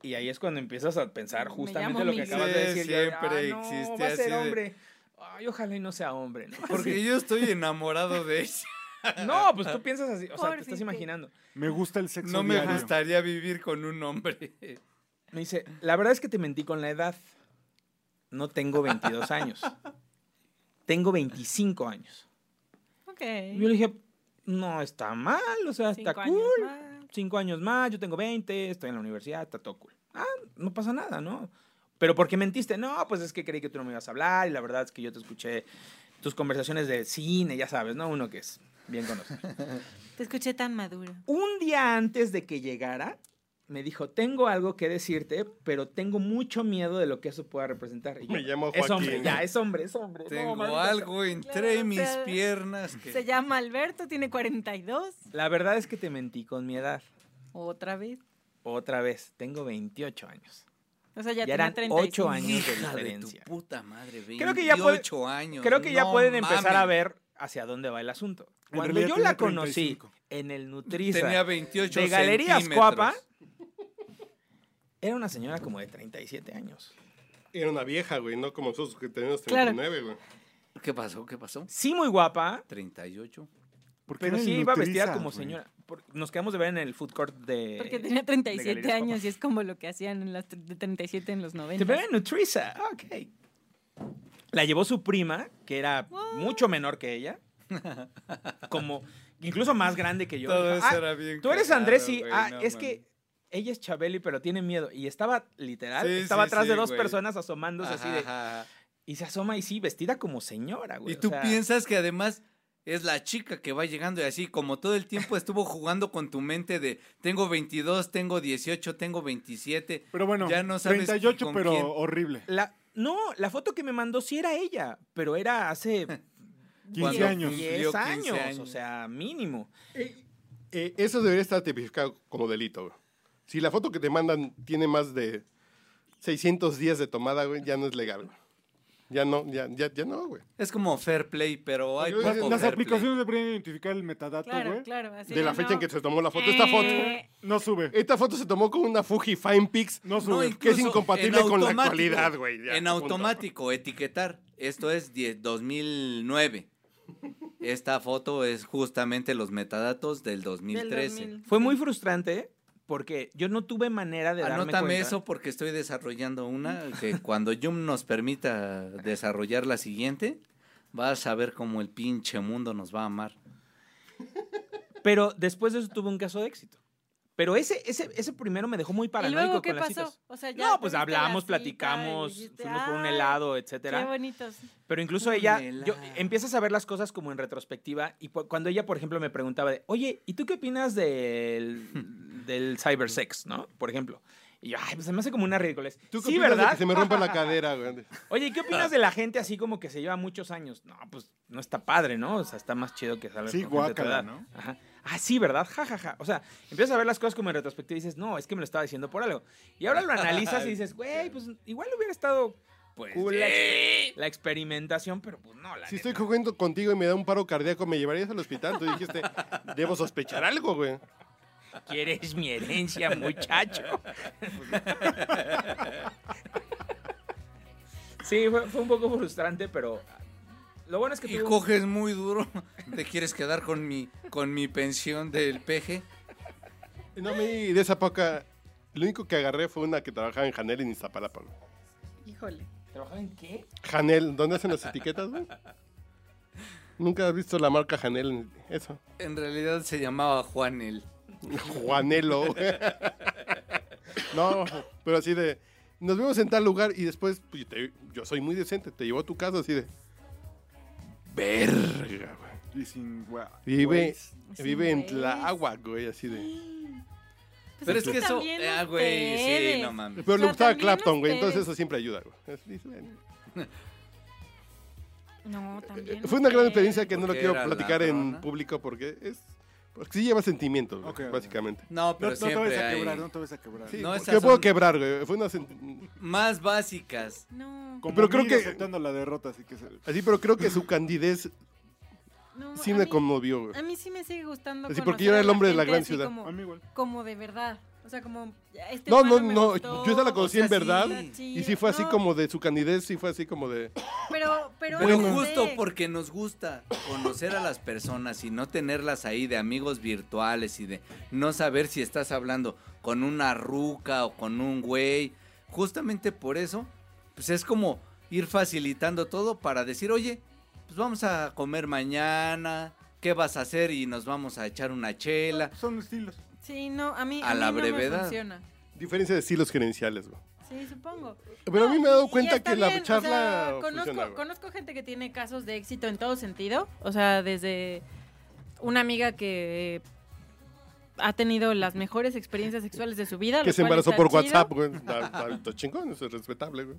S5: Y ahí es cuando empiezas a pensar
S4: Me
S5: justamente
S4: llamo
S5: lo que
S4: Miguel.
S5: acabas de
S6: Sí,
S5: decir. Yo, ah,
S6: siempre
S5: no,
S6: existe
S5: va a ser
S6: así de-
S5: hombre. Ay, ojalá y no sea hombre. ¿no?
S6: Porque yo estoy enamorado de ella.
S5: No, pues tú piensas así. O sea,
S4: Por
S5: te estás
S4: fin.
S5: imaginando.
S2: Me gusta el sexo
S6: No me
S2: diario.
S6: gustaría vivir con un hombre.
S5: Me dice, la verdad es que te mentí con la edad. No tengo 22 años. Tengo 25 años.
S4: Ok.
S5: Y yo le dije, no está mal, o sea, está
S4: Cinco
S5: cool.
S4: años más.
S5: cinco años más, yo tengo 20, estoy en la universidad, está todo cool. Ah, no pasa nada, ¿no? Pero ¿por qué mentiste? No, pues es que creí que tú no me ibas a hablar y la verdad es que yo te escuché tus conversaciones de cine, ya sabes, ¿no? Uno que es bien conocido.
S4: Te escuché tan maduro.
S5: Un día antes de que llegara, me dijo, tengo algo que decirte, pero tengo mucho miedo de lo que eso pueda representar. Y yo,
S3: Me llamo
S5: Es hombre,
S3: Joaquín".
S5: ya, es hombre, es hombre. No,
S6: Tengo
S5: maldita sea.
S6: algo entre
S4: Claro, o
S6: mis
S4: sea,
S6: piernas que...
S4: Se llama Alberto, tiene 42.
S5: La verdad es que te mentí con mi edad.
S4: Otra vez.
S5: Otra vez, tengo 28 años.
S4: O sea,
S5: Ya
S4: ya, tenía
S5: eran
S4: 35.
S5: ocho años. de
S6: Hija de tu
S5: diferencia.
S6: puta madre,
S5: Creo que ya puede-
S6: 28 años.
S5: Creo que ya
S6: no
S5: pueden empezar a
S6: mames.
S5: ver hacia dónde va el asunto.
S2: En
S5: Cuando
S2: realidad
S5: yo
S2: tenía
S5: la conocí
S2: 35.
S5: en el Nutriza
S6: Tenía 28
S5: de Galerías
S6: centímetros.
S5: Coapa, era una señora como de 37 años.
S3: Era una vieja, güey, no como nosotros que tenemos
S4: Claro.
S3: 39, güey.
S6: ¿Qué pasó? ¿Qué pasó?
S5: Sí, muy guapa,
S6: 38.
S2: ¿Por qué
S5: pero
S2: no
S5: sí
S2: le
S5: iba vestida
S2: nutrizas,
S5: como
S2: güey?
S5: señora. Por- Nos quedamos de ver en el food court de.
S4: Porque tenía 37
S5: Galerías Copa.
S4: años y es como lo que hacían en las tr- de 37 en los
S5: Te
S4: 90.
S5: veo en Nutriza. Ok. La llevó su prima, que era mucho menor que ella. Como, incluso más grande que yo.
S6: Todo
S5: Dijo,
S6: eso
S5: "Ah,
S6: era bien
S5: Tú eres
S6: cagado,
S5: Andrés, sí.
S6: güey,
S5: ah,
S6: no
S5: es
S6: mames.
S5: que ella es Chabeli, pero tiene miedo. Y estaba, literal,
S6: Sí,
S5: estaba
S6: sí,
S5: atrás de
S6: sí,
S5: dos
S6: güey.
S5: personas asomándose así
S6: Ajá,
S5: de...
S6: ajá.
S5: Y se asoma y sí, vestida como señora, güey.
S6: Y
S5: o
S6: tú
S5: sea,
S6: piensas que además es la chica que va llegando y así, como todo el tiempo estuvo jugando con tu mente de tengo 22, tengo 18, tengo 27.
S2: Pero bueno,
S6: Ya no sabes
S2: 38,
S6: con
S2: pero
S6: quién.
S2: horrible.
S5: La, no, la foto que me mandó sí era ella, pero era hace
S2: 15
S6: Cuando
S2: años.
S6: cumplió
S5: 10
S6: 15
S5: años, o
S6: años.
S5: sea, mínimo.
S3: Eh, eso debería estar tipificado como delito, güey. Si la foto que te mandan tiene más de 600 días de tomada, güey, ya no es legal, güey. Ya no, ya, ya, ya no, güey.
S6: Es como fair play, pero hay
S3: Yo-
S6: poco
S2: Las,
S6: fair
S2: las
S6: play.
S2: aplicaciones deberían identificar el metadato, güey.
S4: Claro, claro. Así
S3: De la
S4: no,
S3: fecha en que
S4: no.
S3: se tomó la foto. Esta foto,
S4: Eh,
S2: No sube.
S3: esta foto se tomó con una Fuji Fine Pics.
S2: No
S6: No,
S2: sube.
S6: incluso
S3: que es incompatible
S6: en
S3: con la
S6: automático,
S3: actualidad, güey, ya,
S6: En
S3: punto.
S6: automático, etiquetar. Esto es 10 2009. Esta foto es justamente los metadatos del
S4: del
S6: 2013.
S4: 2000.
S5: Fue muy frustrante porque yo no tuve manera de darme
S6: Anótame
S5: cuenta.
S6: Ah, eso porque estoy desarrollando una que cuando Yum nos permita desarrollar la siguiente, vas a ver cómo el pinche mundo nos va a amar.
S5: Pero después de eso tuve un caso de éxito. Pero ese, ese, ese primero me dejó muy
S4: ¿Y
S5: paranoico
S4: luego qué
S5: con las
S4: pasó?
S5: citas.
S4: O sea, ya
S5: No, pues
S4: tuviste la
S5: hablamos,
S4: cita y
S5: platicamos,
S4: dijiste,
S5: fuimos por un
S4: "Ay,
S5: helado,
S4: Qué
S5: etcétera.
S4: bonitos.
S5: Pero incluso
S6: Un
S5: ella, yo,
S6: helado.
S5: empiezas a ver las cosas como en retrospectiva. Y pu- cuando ella, por ejemplo, me preguntaba de, oye, ¿y tú qué opinas del, del cybersex, no? Por ejemplo. Y yo, ay, pues se me hace como una ridiculez.
S3: ¿Tú qué
S5: Sí,
S3: opinas de
S5: ¿verdad?
S3: que se me rompa la cadera, güey.
S5: Oye, ¿y ¿qué
S2: Ah.
S5: opinas de la gente así como que se lleva muchos años? No, pues no está padre, ¿no? O sea, está más chido que salga
S2: Sí,
S5: con gente de tu
S2: guácala,
S5: edad.
S2: ¿no?
S5: Ajá. Ah, sí, ¿verdad? Ja, ja, ja. O sea, empiezas a ver las cosas como en retrospectiva y dices, no, es que me lo estaba diciendo por algo. Y ahora lo analizas y dices, güey, pues igual hubiera estado
S6: Pues
S5: cool la, ex- la experimentación, pero pues no, la
S3: Si
S5: neta.
S3: estoy jugando contigo y me da un paro cardíaco, ¿me llevarías al hospital? Tú dijiste, debo sospechar algo, güey.
S5: quieres mi herencia, muchacho. sí, fue, fue un poco frustrante, pero lo bueno es que
S6: y
S5: tuve un-
S6: coges muy duro. ¿Te quieres quedar con mi, con mi pensión del peje?
S3: No, a mí de esa poca, lo único que agarré fue una que trabajaba en Janel en Iztapalapa. güey.
S4: Híjole.
S5: ¿Trabajaba en qué?
S3: Janel, ¿dónde hacen las etiquetas, güey? Nunca has visto la marca Janel, en- eso.
S6: En realidad se llamaba Juanel.
S3: Juanelo, güey. No, pero así de, nos vemos en tal lugar y después, pues, te- yo soy muy decente, te llevo a tu casa así de, verga, güey.
S2: Y sin, güey.
S3: Vive,
S4: Sí,
S3: vive en
S4: güey.
S3: Tláhuac, güey, así de.
S4: Pues
S6: Pero es que eso.
S5: eh,
S4: también
S6: Ah, güey, sí,
S4: ustedes.
S6: no mames.
S3: Pero
S4: O sea,
S3: le gustaba
S4: también
S3: Clapton, güey, entonces
S4: ustedes.
S3: eso siempre ayuda, güey. Es- eh, dice, bueno.
S4: No, también.
S3: eh, Fue una gran
S4: ustedes.
S3: experiencia que no lo
S6: Porque
S3: quiero
S6: era
S3: platicar en
S6: ladrona.
S3: público porque es. Porque sí lleva sentimientos, güey,
S2: Ok, ok.
S3: básicamente.
S6: No,
S2: No,
S6: pero
S2: no te
S6: siempre
S2: vayas a
S6: hay
S2: quebrar, no te vayas a quebrar.
S3: Sí,
S6: No,
S3: no,
S6: esas
S3: que puedo
S6: son-
S3: quebrar, güey. Fue una sen-
S6: más básicas.
S4: No,
S2: Como
S3: Pero creo
S2: Mira
S3: que-
S2: aceptando la derrota, así que... se-
S3: Así, pero creo que su candidez
S4: no.
S3: sí
S4: a
S3: me
S4: mí-
S3: conmovió, güey.
S4: A mí sí me sigue gustando.
S3: Así,
S4: conocer
S3: porque yo
S4: a
S3: era el hombre de la
S4: gente
S3: gran
S4: así
S3: ciudad.
S4: Como,
S2: A mí igual.
S4: como de verdad. O sea, como. ya, este
S3: No,
S4: humano
S3: no,
S4: me
S3: no,
S4: gustó,
S3: yo esa la
S4: o
S3: conocí
S4: sea,
S3: en verdad,
S4: está chido.
S3: Y sí fue así
S4: No,
S3: como de su candidez, sí fue así como de.
S4: Pero, pero.
S6: Pero
S4: no
S6: justo
S4: sé.
S6: porque nos gusta conocer a las personas y no tenerlas ahí de amigos virtuales y de no saber si estás hablando con una ruca o con un güey. Justamente por eso, pues es como ir facilitando todo para decir, oye, pues vamos a comer mañana, ¿qué vas a hacer? Y nos vamos a echar una chela.
S2: Son estilos.
S4: Sí, no, a mí.
S6: A
S4: A,
S6: la
S4: la mí No
S6: brevedad.
S4: me funciona.
S3: Diferencia de estilos gerenciales, güey.
S4: Sí, supongo.
S3: Pero a
S4: No,
S3: mí me he dado
S4: y- y
S3: cuenta
S4: está
S3: que
S4: bien,
S3: la
S4: o
S3: charla.
S4: sea, conozco,
S3: funciona, güey.
S4: conozco gente que tiene casos de éxito en todo sentido. O sea, desde una amiga que ha tenido las mejores experiencias sexuales de su vida.
S3: Que
S4: lo
S3: se
S4: cual
S3: embarazó
S4: está
S3: por
S4: chido.
S3: WhatsApp, güey. Está, está- está chingón, eso es respetable, güey.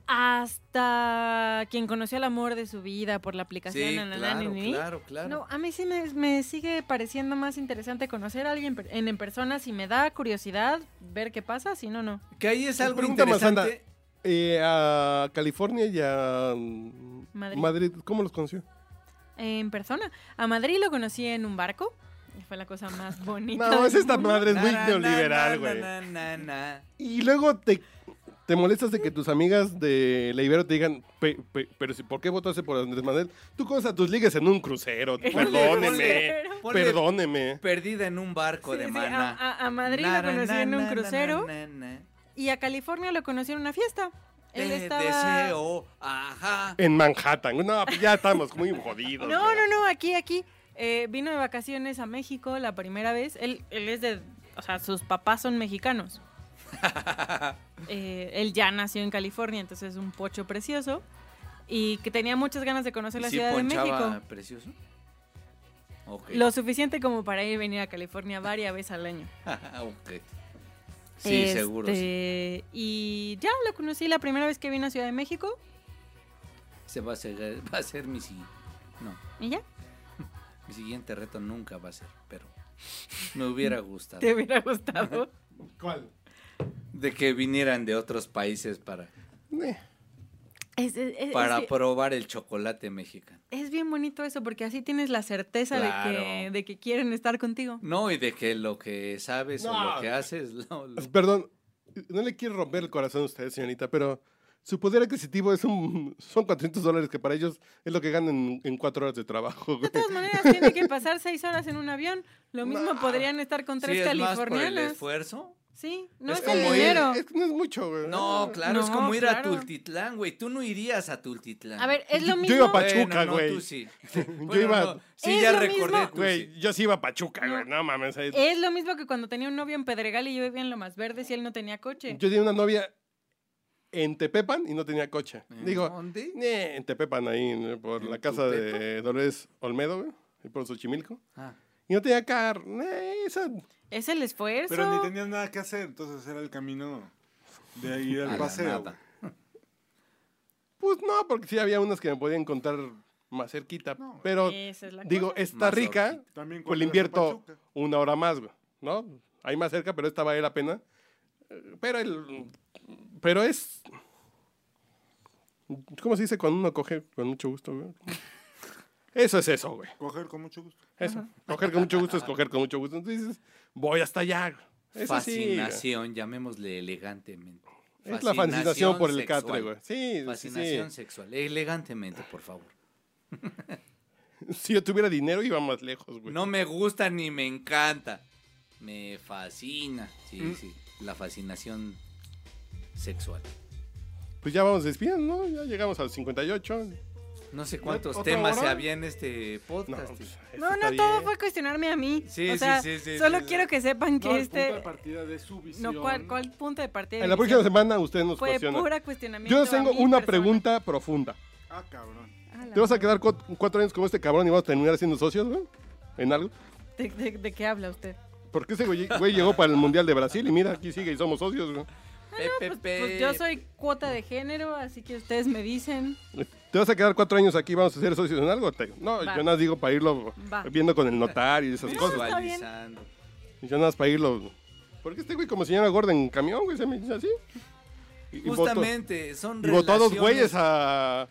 S4: Hasta quien conoció el amor de su vida por la aplicación.
S6: Sí,
S4: na, na, na,
S6: claro,
S4: ni, ni, ni.
S6: claro, claro.
S4: No, a mí sí me, me sigue pareciendo más interesante conocer a alguien per- en, en persona. Si me da curiosidad ver qué pasa, si no, no.
S6: Que ahí es algo
S3: Pregunta más,
S6: interesante.
S3: anda. Eh, a California y a mm,
S4: Madrid.
S3: Madrid, ¿cómo los conoció?
S4: En persona. A Madrid lo conocí en un barco. y Fue la cosa más bonita.
S3: No, es
S4: del
S3: esta
S4: mundo.
S3: madre es muy
S6: Na, na,
S3: neoliberal,
S6: na,
S3: güey.
S6: na, na, na.
S3: Y luego te, te molestas de que tus amigas de la Ibero te digan, "Pe- pe- pero si, ¿por qué votaste por Andrés Manuel? Tú conoces a tus ligues en un crucero, perdóneme,
S6: Ponle
S3: perdóneme.
S6: Perdida en un barco
S4: Sí,
S6: de
S4: sí,
S6: maná.
S4: a- a- a Madrid lo
S6: Na, na,
S4: conocí
S6: na,
S4: en un
S6: na,
S4: crucero.
S6: na, na, na.
S4: Y a California lo conocí en una fiesta. Él
S6: Te
S4: estaba...
S6: deseo, E ajá.
S3: En Manhattan. No, pues ya estamos muy jodidos.
S4: No,
S3: güey.
S4: no, no, aquí, aquí. Eh, vino de vacaciones a México la primera vez. Él, él es de. O sea, sus papás son mexicanos. Eh, él ya nació en California, entonces es un pocho precioso. Y que tenía muchas ganas de conocer
S6: ¿Y
S4: la
S6: sí
S4: Ciudad de
S6: ponchaba
S4: México.
S6: precioso? Ok.
S4: Lo suficiente como para ir y venir a California varias veces al año.
S6: Ah, Ok. Sí,
S4: Este,
S6: seguro. sí.
S4: Y ya lo conocí la primera vez que vino a Ciudad de México.
S6: Se va a ser, va a ser mi siguiente. No,
S4: Y ya.
S6: mi siguiente reto nunca va a ser, pero me hubiera gustado.
S4: Te hubiera gustado.
S3: ¿Cuál?
S6: De que vinieran de otros países para,
S3: Eh,
S4: Es- es- E, es-
S6: para
S4: es-
S6: probar el chocolate mexicano.
S4: Es bien bonito eso, porque así tienes la certeza de, que,
S6: Claro.
S4: de que quieren estar contigo.
S6: No, y de que lo que sabes o
S3: No.
S6: lo que haces, lo- lo-
S3: Perdón, no le quiero romper el corazón a usted, señorita, pero su poder adquisitivo es un, son 400 dólares, que para ellos es lo que ganan en, en cuatro horas de trabajo.
S4: De
S3: güey.
S4: todas maneras, tiene que pasar seis horas en un avión. Lo mismo
S3: No.
S4: podrían estar con tres
S6: Sí, es más por el
S4: californianas.
S6: esfuerzo.
S4: Sí, no
S6: Es
S4: es,
S6: como
S4: el
S6: ir-
S4: dinero.
S3: Es que no es mucho, güey.
S6: No, claro, es
S4: No,
S6: como ir a
S4: claro.
S6: Tultitlán, güey. Tú no irías a Tultitlán.
S4: A ver, es
S3: Yo
S4: lo mismo.
S3: iba a
S6: Bueno,
S3: Pachuca,
S6: no,
S3: güey.
S6: tú sí. Bueno,
S3: Yo iba.
S6: no, sí,
S4: Es
S6: ya
S4: lo
S6: recordé.
S4: mismo.
S6: tú
S3: Güey,
S6: sí.
S3: yo sí iba a Pachuca, güey. No mames. ahí-
S4: Es lo mismo que cuando tenía un novio en Pedregal y yo vivía en Lo Más Verdes y él no tenía coche.
S3: Yo tenía una novia en Tepepan y no tenía coche. Digo,
S6: ¿Dónde?
S3: "Nee, en Tepepan, ahí en- por
S6: ¿En
S3: la casa de
S6: Tuxtepec?
S3: Dolores Olmedo, güey, y por Xochimilco.
S6: Ah.
S3: Y no tenía carro. "Nee, esa-
S4: Es el esfuerzo.
S2: Pero ni tenían nada que hacer, entonces era el camino de ir
S6: A
S2: al
S6: la
S2: paseo.
S6: nada.
S3: Pues no, porque sí había unas que me podía encontrar más cerquita. pero
S4: Esa es la
S3: digo,
S4: cosa.
S3: está
S6: Más
S3: rica,
S6: cerquita.
S2: También
S3: pues
S2: cuando
S3: le
S2: eras
S3: invierto
S2: de Pachuca.
S3: una hora más, güey, ¿no? Ahí más cerca, pero esta vale la pena. Eh, Pero el... Pero es... ¿Cómo se dice cuando uno coge con mucho gusto, güey? Eso es eso, güey.
S2: Coger con mucho gusto.
S3: Eso. Coger con mucho gusto es coger con mucho gusto. Entonces dices, voy hasta allá. güey. Es así, güey.
S6: Fascinación, llamémosle elegantemente.
S3: Es la fascinación por el
S6: sexual.
S3: catre, güey. Sí, sí,
S6: Fascinación
S3: sí.
S6: sexual. Elegantemente, por favor.
S3: Si yo tuviera dinero, iba más lejos, güey.
S6: No me gusta ni me encanta. Me fascina. Sí,
S3: Mm.
S6: sí. La fascinación sexual.
S3: Pues ya vamos despidiendo, ¿no? Ya llegamos al 58.
S6: No sé cuántos
S3: ¿Otro
S6: temas se
S3: hora?
S6: había en este
S3: No,
S6: podcast.
S3: pues, eso
S4: Ah, No,
S3: está
S4: no, todo
S3: bien.
S4: fue cuestionarme a mí.
S6: Sí,
S4: o
S6: sí,
S4: sea,
S6: sí, sí,
S4: solo
S6: sí, sí.
S4: quiero que sepan que
S2: No, el punto de
S4: este...
S2: partida de su visión.
S4: No, ¿cuál, ¿cuál punto de partida? de
S3: En la
S4: visión?
S3: próxima semana ustedes nos
S4: Fue
S3: cuestionan.
S4: pura cuestionamiento.
S3: Yo les
S4: a
S3: tengo
S4: mi
S3: una
S4: persona.
S3: pregunta profunda.
S2: Ah, cabrón.
S4: A la
S3: ¿Te vas a quedar cu- cuatro años como este cabrón y vamos a terminar siendo socios, güey? ¿En algo?
S4: ¿De, de- de qué habla usted?
S3: Porque ese güey, güey llegó para el Mundial de Brasil y mira, aquí sigue y somos socios, güey.
S6: Pepe,
S4: Pues yo soy cuota de género, así que ustedes me dicen.
S3: ¿Te vas a quedar cuatro años aquí y vamos a ser socios en algo? Te- No,
S4: Va.
S3: yo nada más digo para irlo
S4: Va.
S3: viendo con el notario y esas cosas.
S6: visualizando.
S3: Yo nada más para irlo... Porque este güey como señora gorda en camión, güey, se me dice así. Y- y votó-
S6: Justamente, son
S3: Y votó a dos
S6: relaciones-
S3: güeyes a,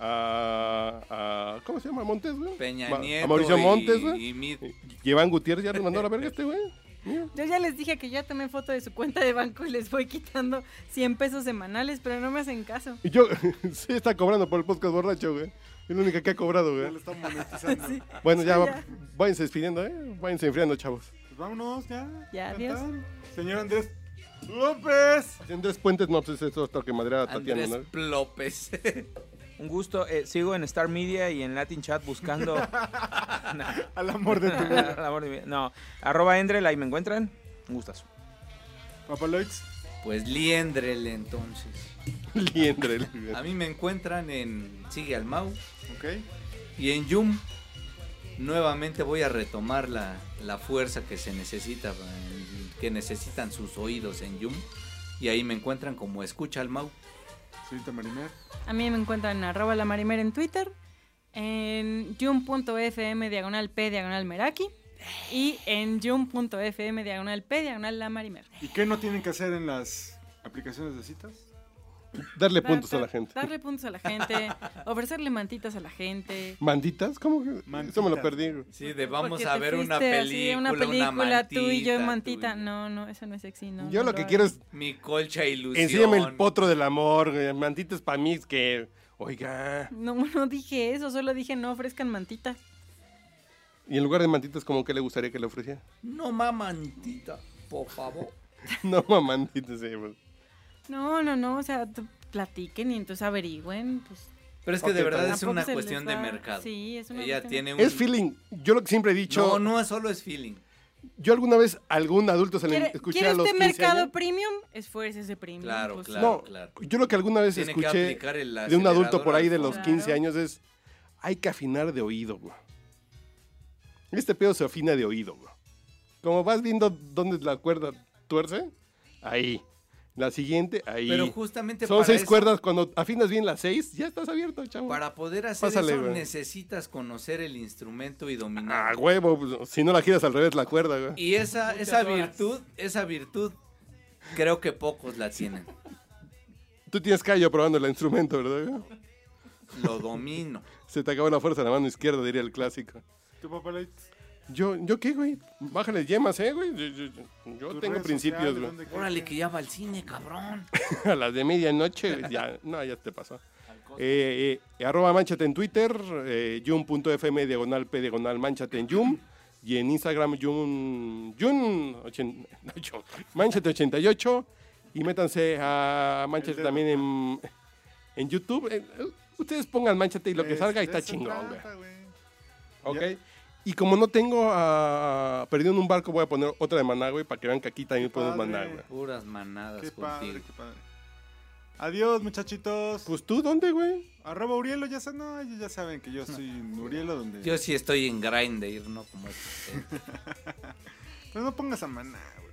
S3: a, a- ¿Cómo se llama? Montes, güey.
S6: Peña
S3: Ma-
S6: Nieto
S3: A Mauricio
S6: y-
S3: Montes,
S6: y
S3: güey.
S6: Mid-
S3: Y Iván Gutiérrez ya le mandó a la verga este güey. Mira.
S4: Yo ya les dije que ya tomé foto de su cuenta de banco y les voy quitando 100 pesos semanales, pero no me hacen caso.
S3: Y yo, sí, está cobrando por el podcast borracho, güey. Es la única que ha cobrado,
S2: Ya lo
S3: güey.
S2: están monetizando.
S3: Bueno, ya,
S4: Sí,
S3: va-
S4: ya.
S3: váyanse despidiendo, ¿eh? Váyanse enfriando, chavos.
S2: Pues vámonos ya.
S4: Ya,
S2: Cantar.
S4: adiós.
S2: Señor Andrés López.
S3: Si Andrés Puentes no, pues es otro que madera a Tatiana,
S6: Andrés
S3: ¿no?
S6: López.
S5: Un gusto. eh, sigo en Star Media y en Latin Chat buscando. no,
S2: Al amor de tu vida.
S5: el amor de mi vida. No, arroba Endrel, ahí me encuentran. Un gustazo.
S2: Papaloix.
S6: pues Liendrel entonces.
S3: Liendre.
S6: A mí me encuentran en Sigue al Mau
S2: Ok.
S6: y en Yum. Nuevamente voy a retomar la, la fuerza que se necesita en que necesitan sus oídos en Yum. Y ahí me encuentran como Escucha al Mau.
S2: Señorita Marimer.
S4: A mí me encuentran en arroba la marimera en Twitter, en yum.fm diagonal p diagonal meraki y en yum.fm diagonal p diagonal la marimer.
S2: ¿Y qué no tienen que hacer en las aplicaciones de citas?
S3: Darle
S4: Dar-
S3: puntos a la
S4: dar-
S3: gente.
S4: Darle puntos a la gente, ofrecerle mantitas a la gente.
S3: ¿Manditas? ¿Cómo? que? Eso me lo
S2: Mantitas.
S3: perdí. güey.
S6: Sí, de vamos
S4: Porque
S6: a
S4: te
S6: ver una
S4: fuiste
S6: película,
S4: así,
S6: una
S4: película, tú y yo en
S6: mantita,
S4: mantita.
S6: tú y-
S4: No, no, eso no es sexy, no.
S3: Yo
S4: no
S3: lo que quiero
S4: hagas.
S3: es
S6: Mi colcha ilusión.
S3: enséñame el potro del amor, güey, mantitas para mí, es que, oiga.
S4: No, no dije eso, solo dije no ofrezcan mantitas.
S3: Y en lugar de mantitas, ¿cómo que le gustaría que le ofreciera?
S6: No mamantita, por favor.
S3: No, mamantitas, sí, pues.
S4: No, no, no, o sea, tú platiquen y entonces averigüen, pues.
S6: Pero es que de
S3: Ok,
S6: verdad es
S4: tampoco
S6: una
S4: se les
S6: cuestión de
S4: va-
S6: mercado.
S4: Sí, es una
S6: Ella
S4: cuestión-
S6: tiene un...
S3: Es feeling. Yo lo que siempre he dicho.
S6: No, no, solo es feeling.
S3: Yo alguna vez a algún adulto se le
S4: ¿Quiere-
S3: escuché a
S4: ¿Quiere
S3: los
S4: este
S3: 15
S4: mercado
S3: años.
S4: premium? Esfuércese premium.
S6: Claro,
S4: pues,
S6: claro.
S3: no, yo lo que alguna vez
S6: Tiene que
S3: escuché
S6: aplicar el
S3: de un adulto por ahí de los
S4: Claro.
S3: 15 años es: hay que afinar de oído, güey. Este pedo se afina de oído, güey. Como vas viendo dónde la cuerda tuerce, ahí. La siguiente, ahí.
S6: Pero justamente
S3: Son
S6: para
S3: seis
S6: eso-
S3: cuerdas, cuando afinas bien las seis, ya estás abierto, chavo.
S6: Para poder hacer
S3: Pásale,
S6: eso
S3: güey.
S6: necesitas conocer el instrumento y
S3: Ah,
S6: dominarlo.
S3: huevo, pues, si no la giras al revés la cuerda, güey.
S6: y esa, esa virtud, esa virtud, creo que pocos la tienen.
S3: Tú tienes callo probando el instrumento, ¿verdad? güey?
S6: Lo domino.
S3: Se te acabó la fuerza de la mano izquierda, diría el clásico.
S2: ¿Tu papá le
S3: Yo, ¿yo qué, güey? Bájale yemas, ¿eh, güey? Yo, yo- yo- yo tengo principios, güey.
S6: Órale, que ya va al cine, cabrón.
S3: A las de medianoche, güey, ya, no, ya te pasó. Eh, eh, arroba manchate en Twitter, eh, yum.fm diagonal p diagonal manchate en yum. Y en Instagram, yum, yum, ochen- no, yum, manchate88. Y métanse a manchate también en, en YouTube. Eh, eh, ustedes pongan manchate y lo que salga y está chingón, güey. Ok.
S2: Ya.
S3: Y como no tengo a Perdido en un barco, voy a poner otra de Maná, güey, para que vean que aquí también
S2: Qué
S3: podemos
S2: padre.
S3: mandar, güey.
S6: Puras manadas
S2: Qué padre,
S6: contigo.
S2: qué padre. Adiós, muchachitos.
S3: Pues tú, ¿dónde, güey?
S2: Arroba Urielo, ya saben, no, ellos ya saben que yo soy Urielo donde.
S6: Yo sí estoy en grind de ir, ¿no? Como estos, eh.
S2: Pero pues no pongas a maná, güey.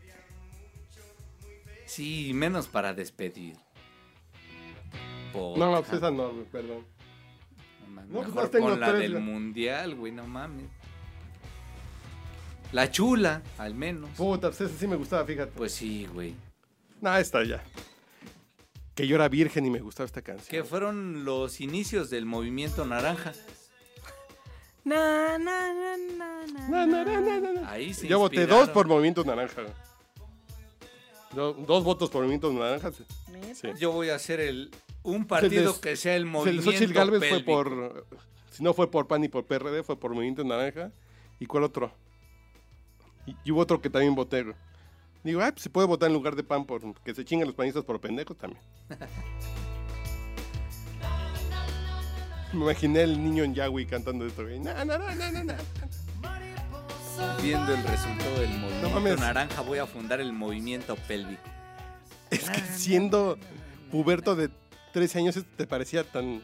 S6: Sí, menos para despedir. Por-
S3: No, no, pues esa no, güey, perdón.
S6: No mames,
S3: No, pues
S6: mejor
S3: las tengo
S6: pon la
S3: tres,
S6: del
S3: ya.
S6: mundial, güey, no mames. La chula, al menos.
S3: Puta, pues esa sí me gustaba, fíjate.
S6: Pues sí, güey.
S3: No, esta ya. Que yo era virgen y me gustaba esta
S6: Que
S3: canción.
S6: fueron los inicios del movimiento naranja.
S4: Na, na, na, na, na,
S3: Na, na, na, na, na, na.
S6: Ahí Ah, se
S3: Yo voté
S6: inspiraron.
S3: dos por Movimiento Naranja. güey. Do- dos votos por Movimiento Naranja. Sí.
S4: ¿Neta?
S6: Yo voy a hacer el un partido
S3: les-
S6: que sea el movimiento.
S3: Xochitl Galvez fue
S6: pélvico.
S3: por. eh, Si no fue por PAN y por PRD, fue por Movimiento Naranja. ¿Y cuál otro? Y, y hubo otro que también voté. güey. Digo, ah, pues se puede votar en lugar de PAN por que se chinguen los panistas por pendejos también. Me imaginé el niño en Yahweh cantando esto, güey. Na, na, na, na, na, na.
S6: viendo el resultado del movimiento
S3: mames.
S6: naranja voy a fundar el movimiento pélvico.
S3: Es que siendo puberto de 13 años te parecía tan,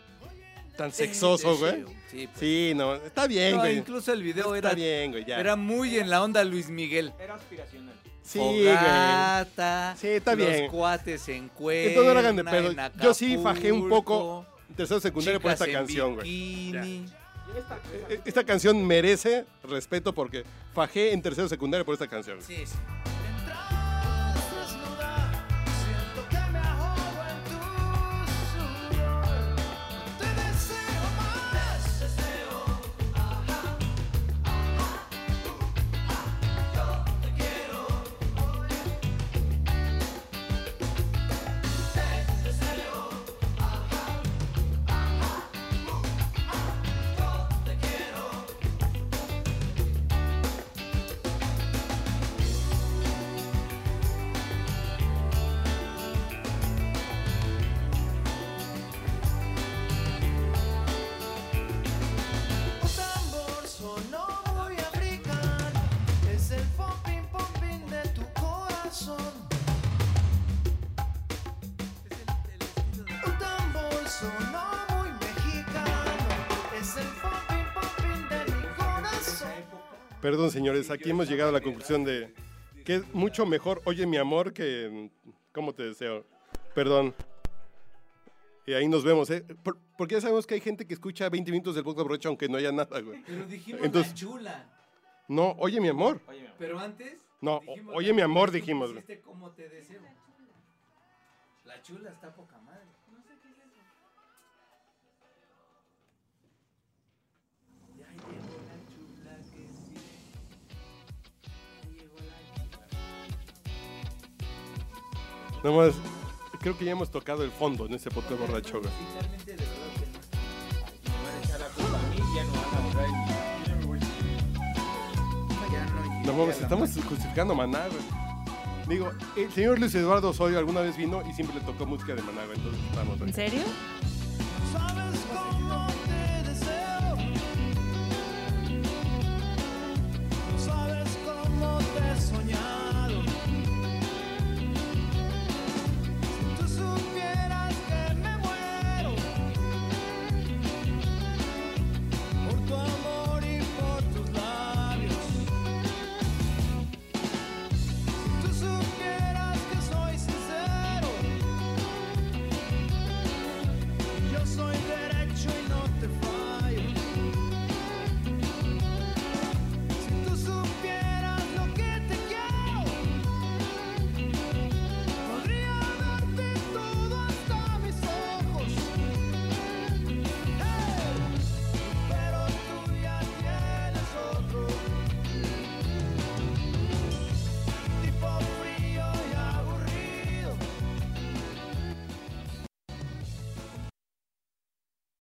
S3: tan sexoso, güey.
S6: Sí, pues.
S3: Sí, no, está bien,
S6: No,
S3: güey.
S6: incluso el video
S3: Está
S6: era,
S3: bien, güey, ya.
S6: era muy en la onda Luis Miguel.
S5: Era aspiracional.
S3: Sí, güey.
S6: Fogata,
S3: Sí, está bien.
S6: Los cuates en cuerda.
S3: Entonces no hagan de pedo.
S6: en
S3: Yo sí fajé un poco
S6: Acapulco,
S3: en tercero secundario por
S6: chicas
S3: esta
S6: en
S3: canción, güey.
S6: bikini.
S3: E- Esta canción merece respeto porque fajé en tercero secundario por esta canción. güey.
S6: Sí, sí.
S8: Un tambor sonó muy africano, es el pompín pompín de tu corazón. Un tambor sonó muy mexicano, es el pompín pompín de mi corazón.
S3: Perdón, señores, aquí hemos llegado a la conclusión de que es mucho mejor Oye mi amor que mm, ¿Cómo te deseo? Perdón. Y ahí nos vemos, ¿eh? Por- porque ya sabemos que hay gente que escucha 20 minutos del podcast borracho aunque no haya nada, güey.
S6: Pero dijimos
S3: Entonces-
S6: la chula.
S3: No, oye mi amor.
S6: Pero antes.
S3: No, o-
S6: dijimos
S3: oye,
S6: la
S3: mi
S6: chula,
S3: amor,
S6: tú
S3: dijimos,
S6: pusiste como te deseo. La chula está poca madre. No sé qué es eso. Ya llegó la chula que sí. Ya llegó la chula.
S3: Nomás, creo que ya hemos tocado el fondo en ese podcast borracho, güey.
S6: Realmente de verdad que no.
S3: No mames, estamos justificando Maná, güey. Digo, el señor Luis Eduardo Osorio alguna vez vino y siempre le tocó música de Maná, güey, entonces estamos, güey.
S4: ¿En serio?
S8: ¿Sabes cómo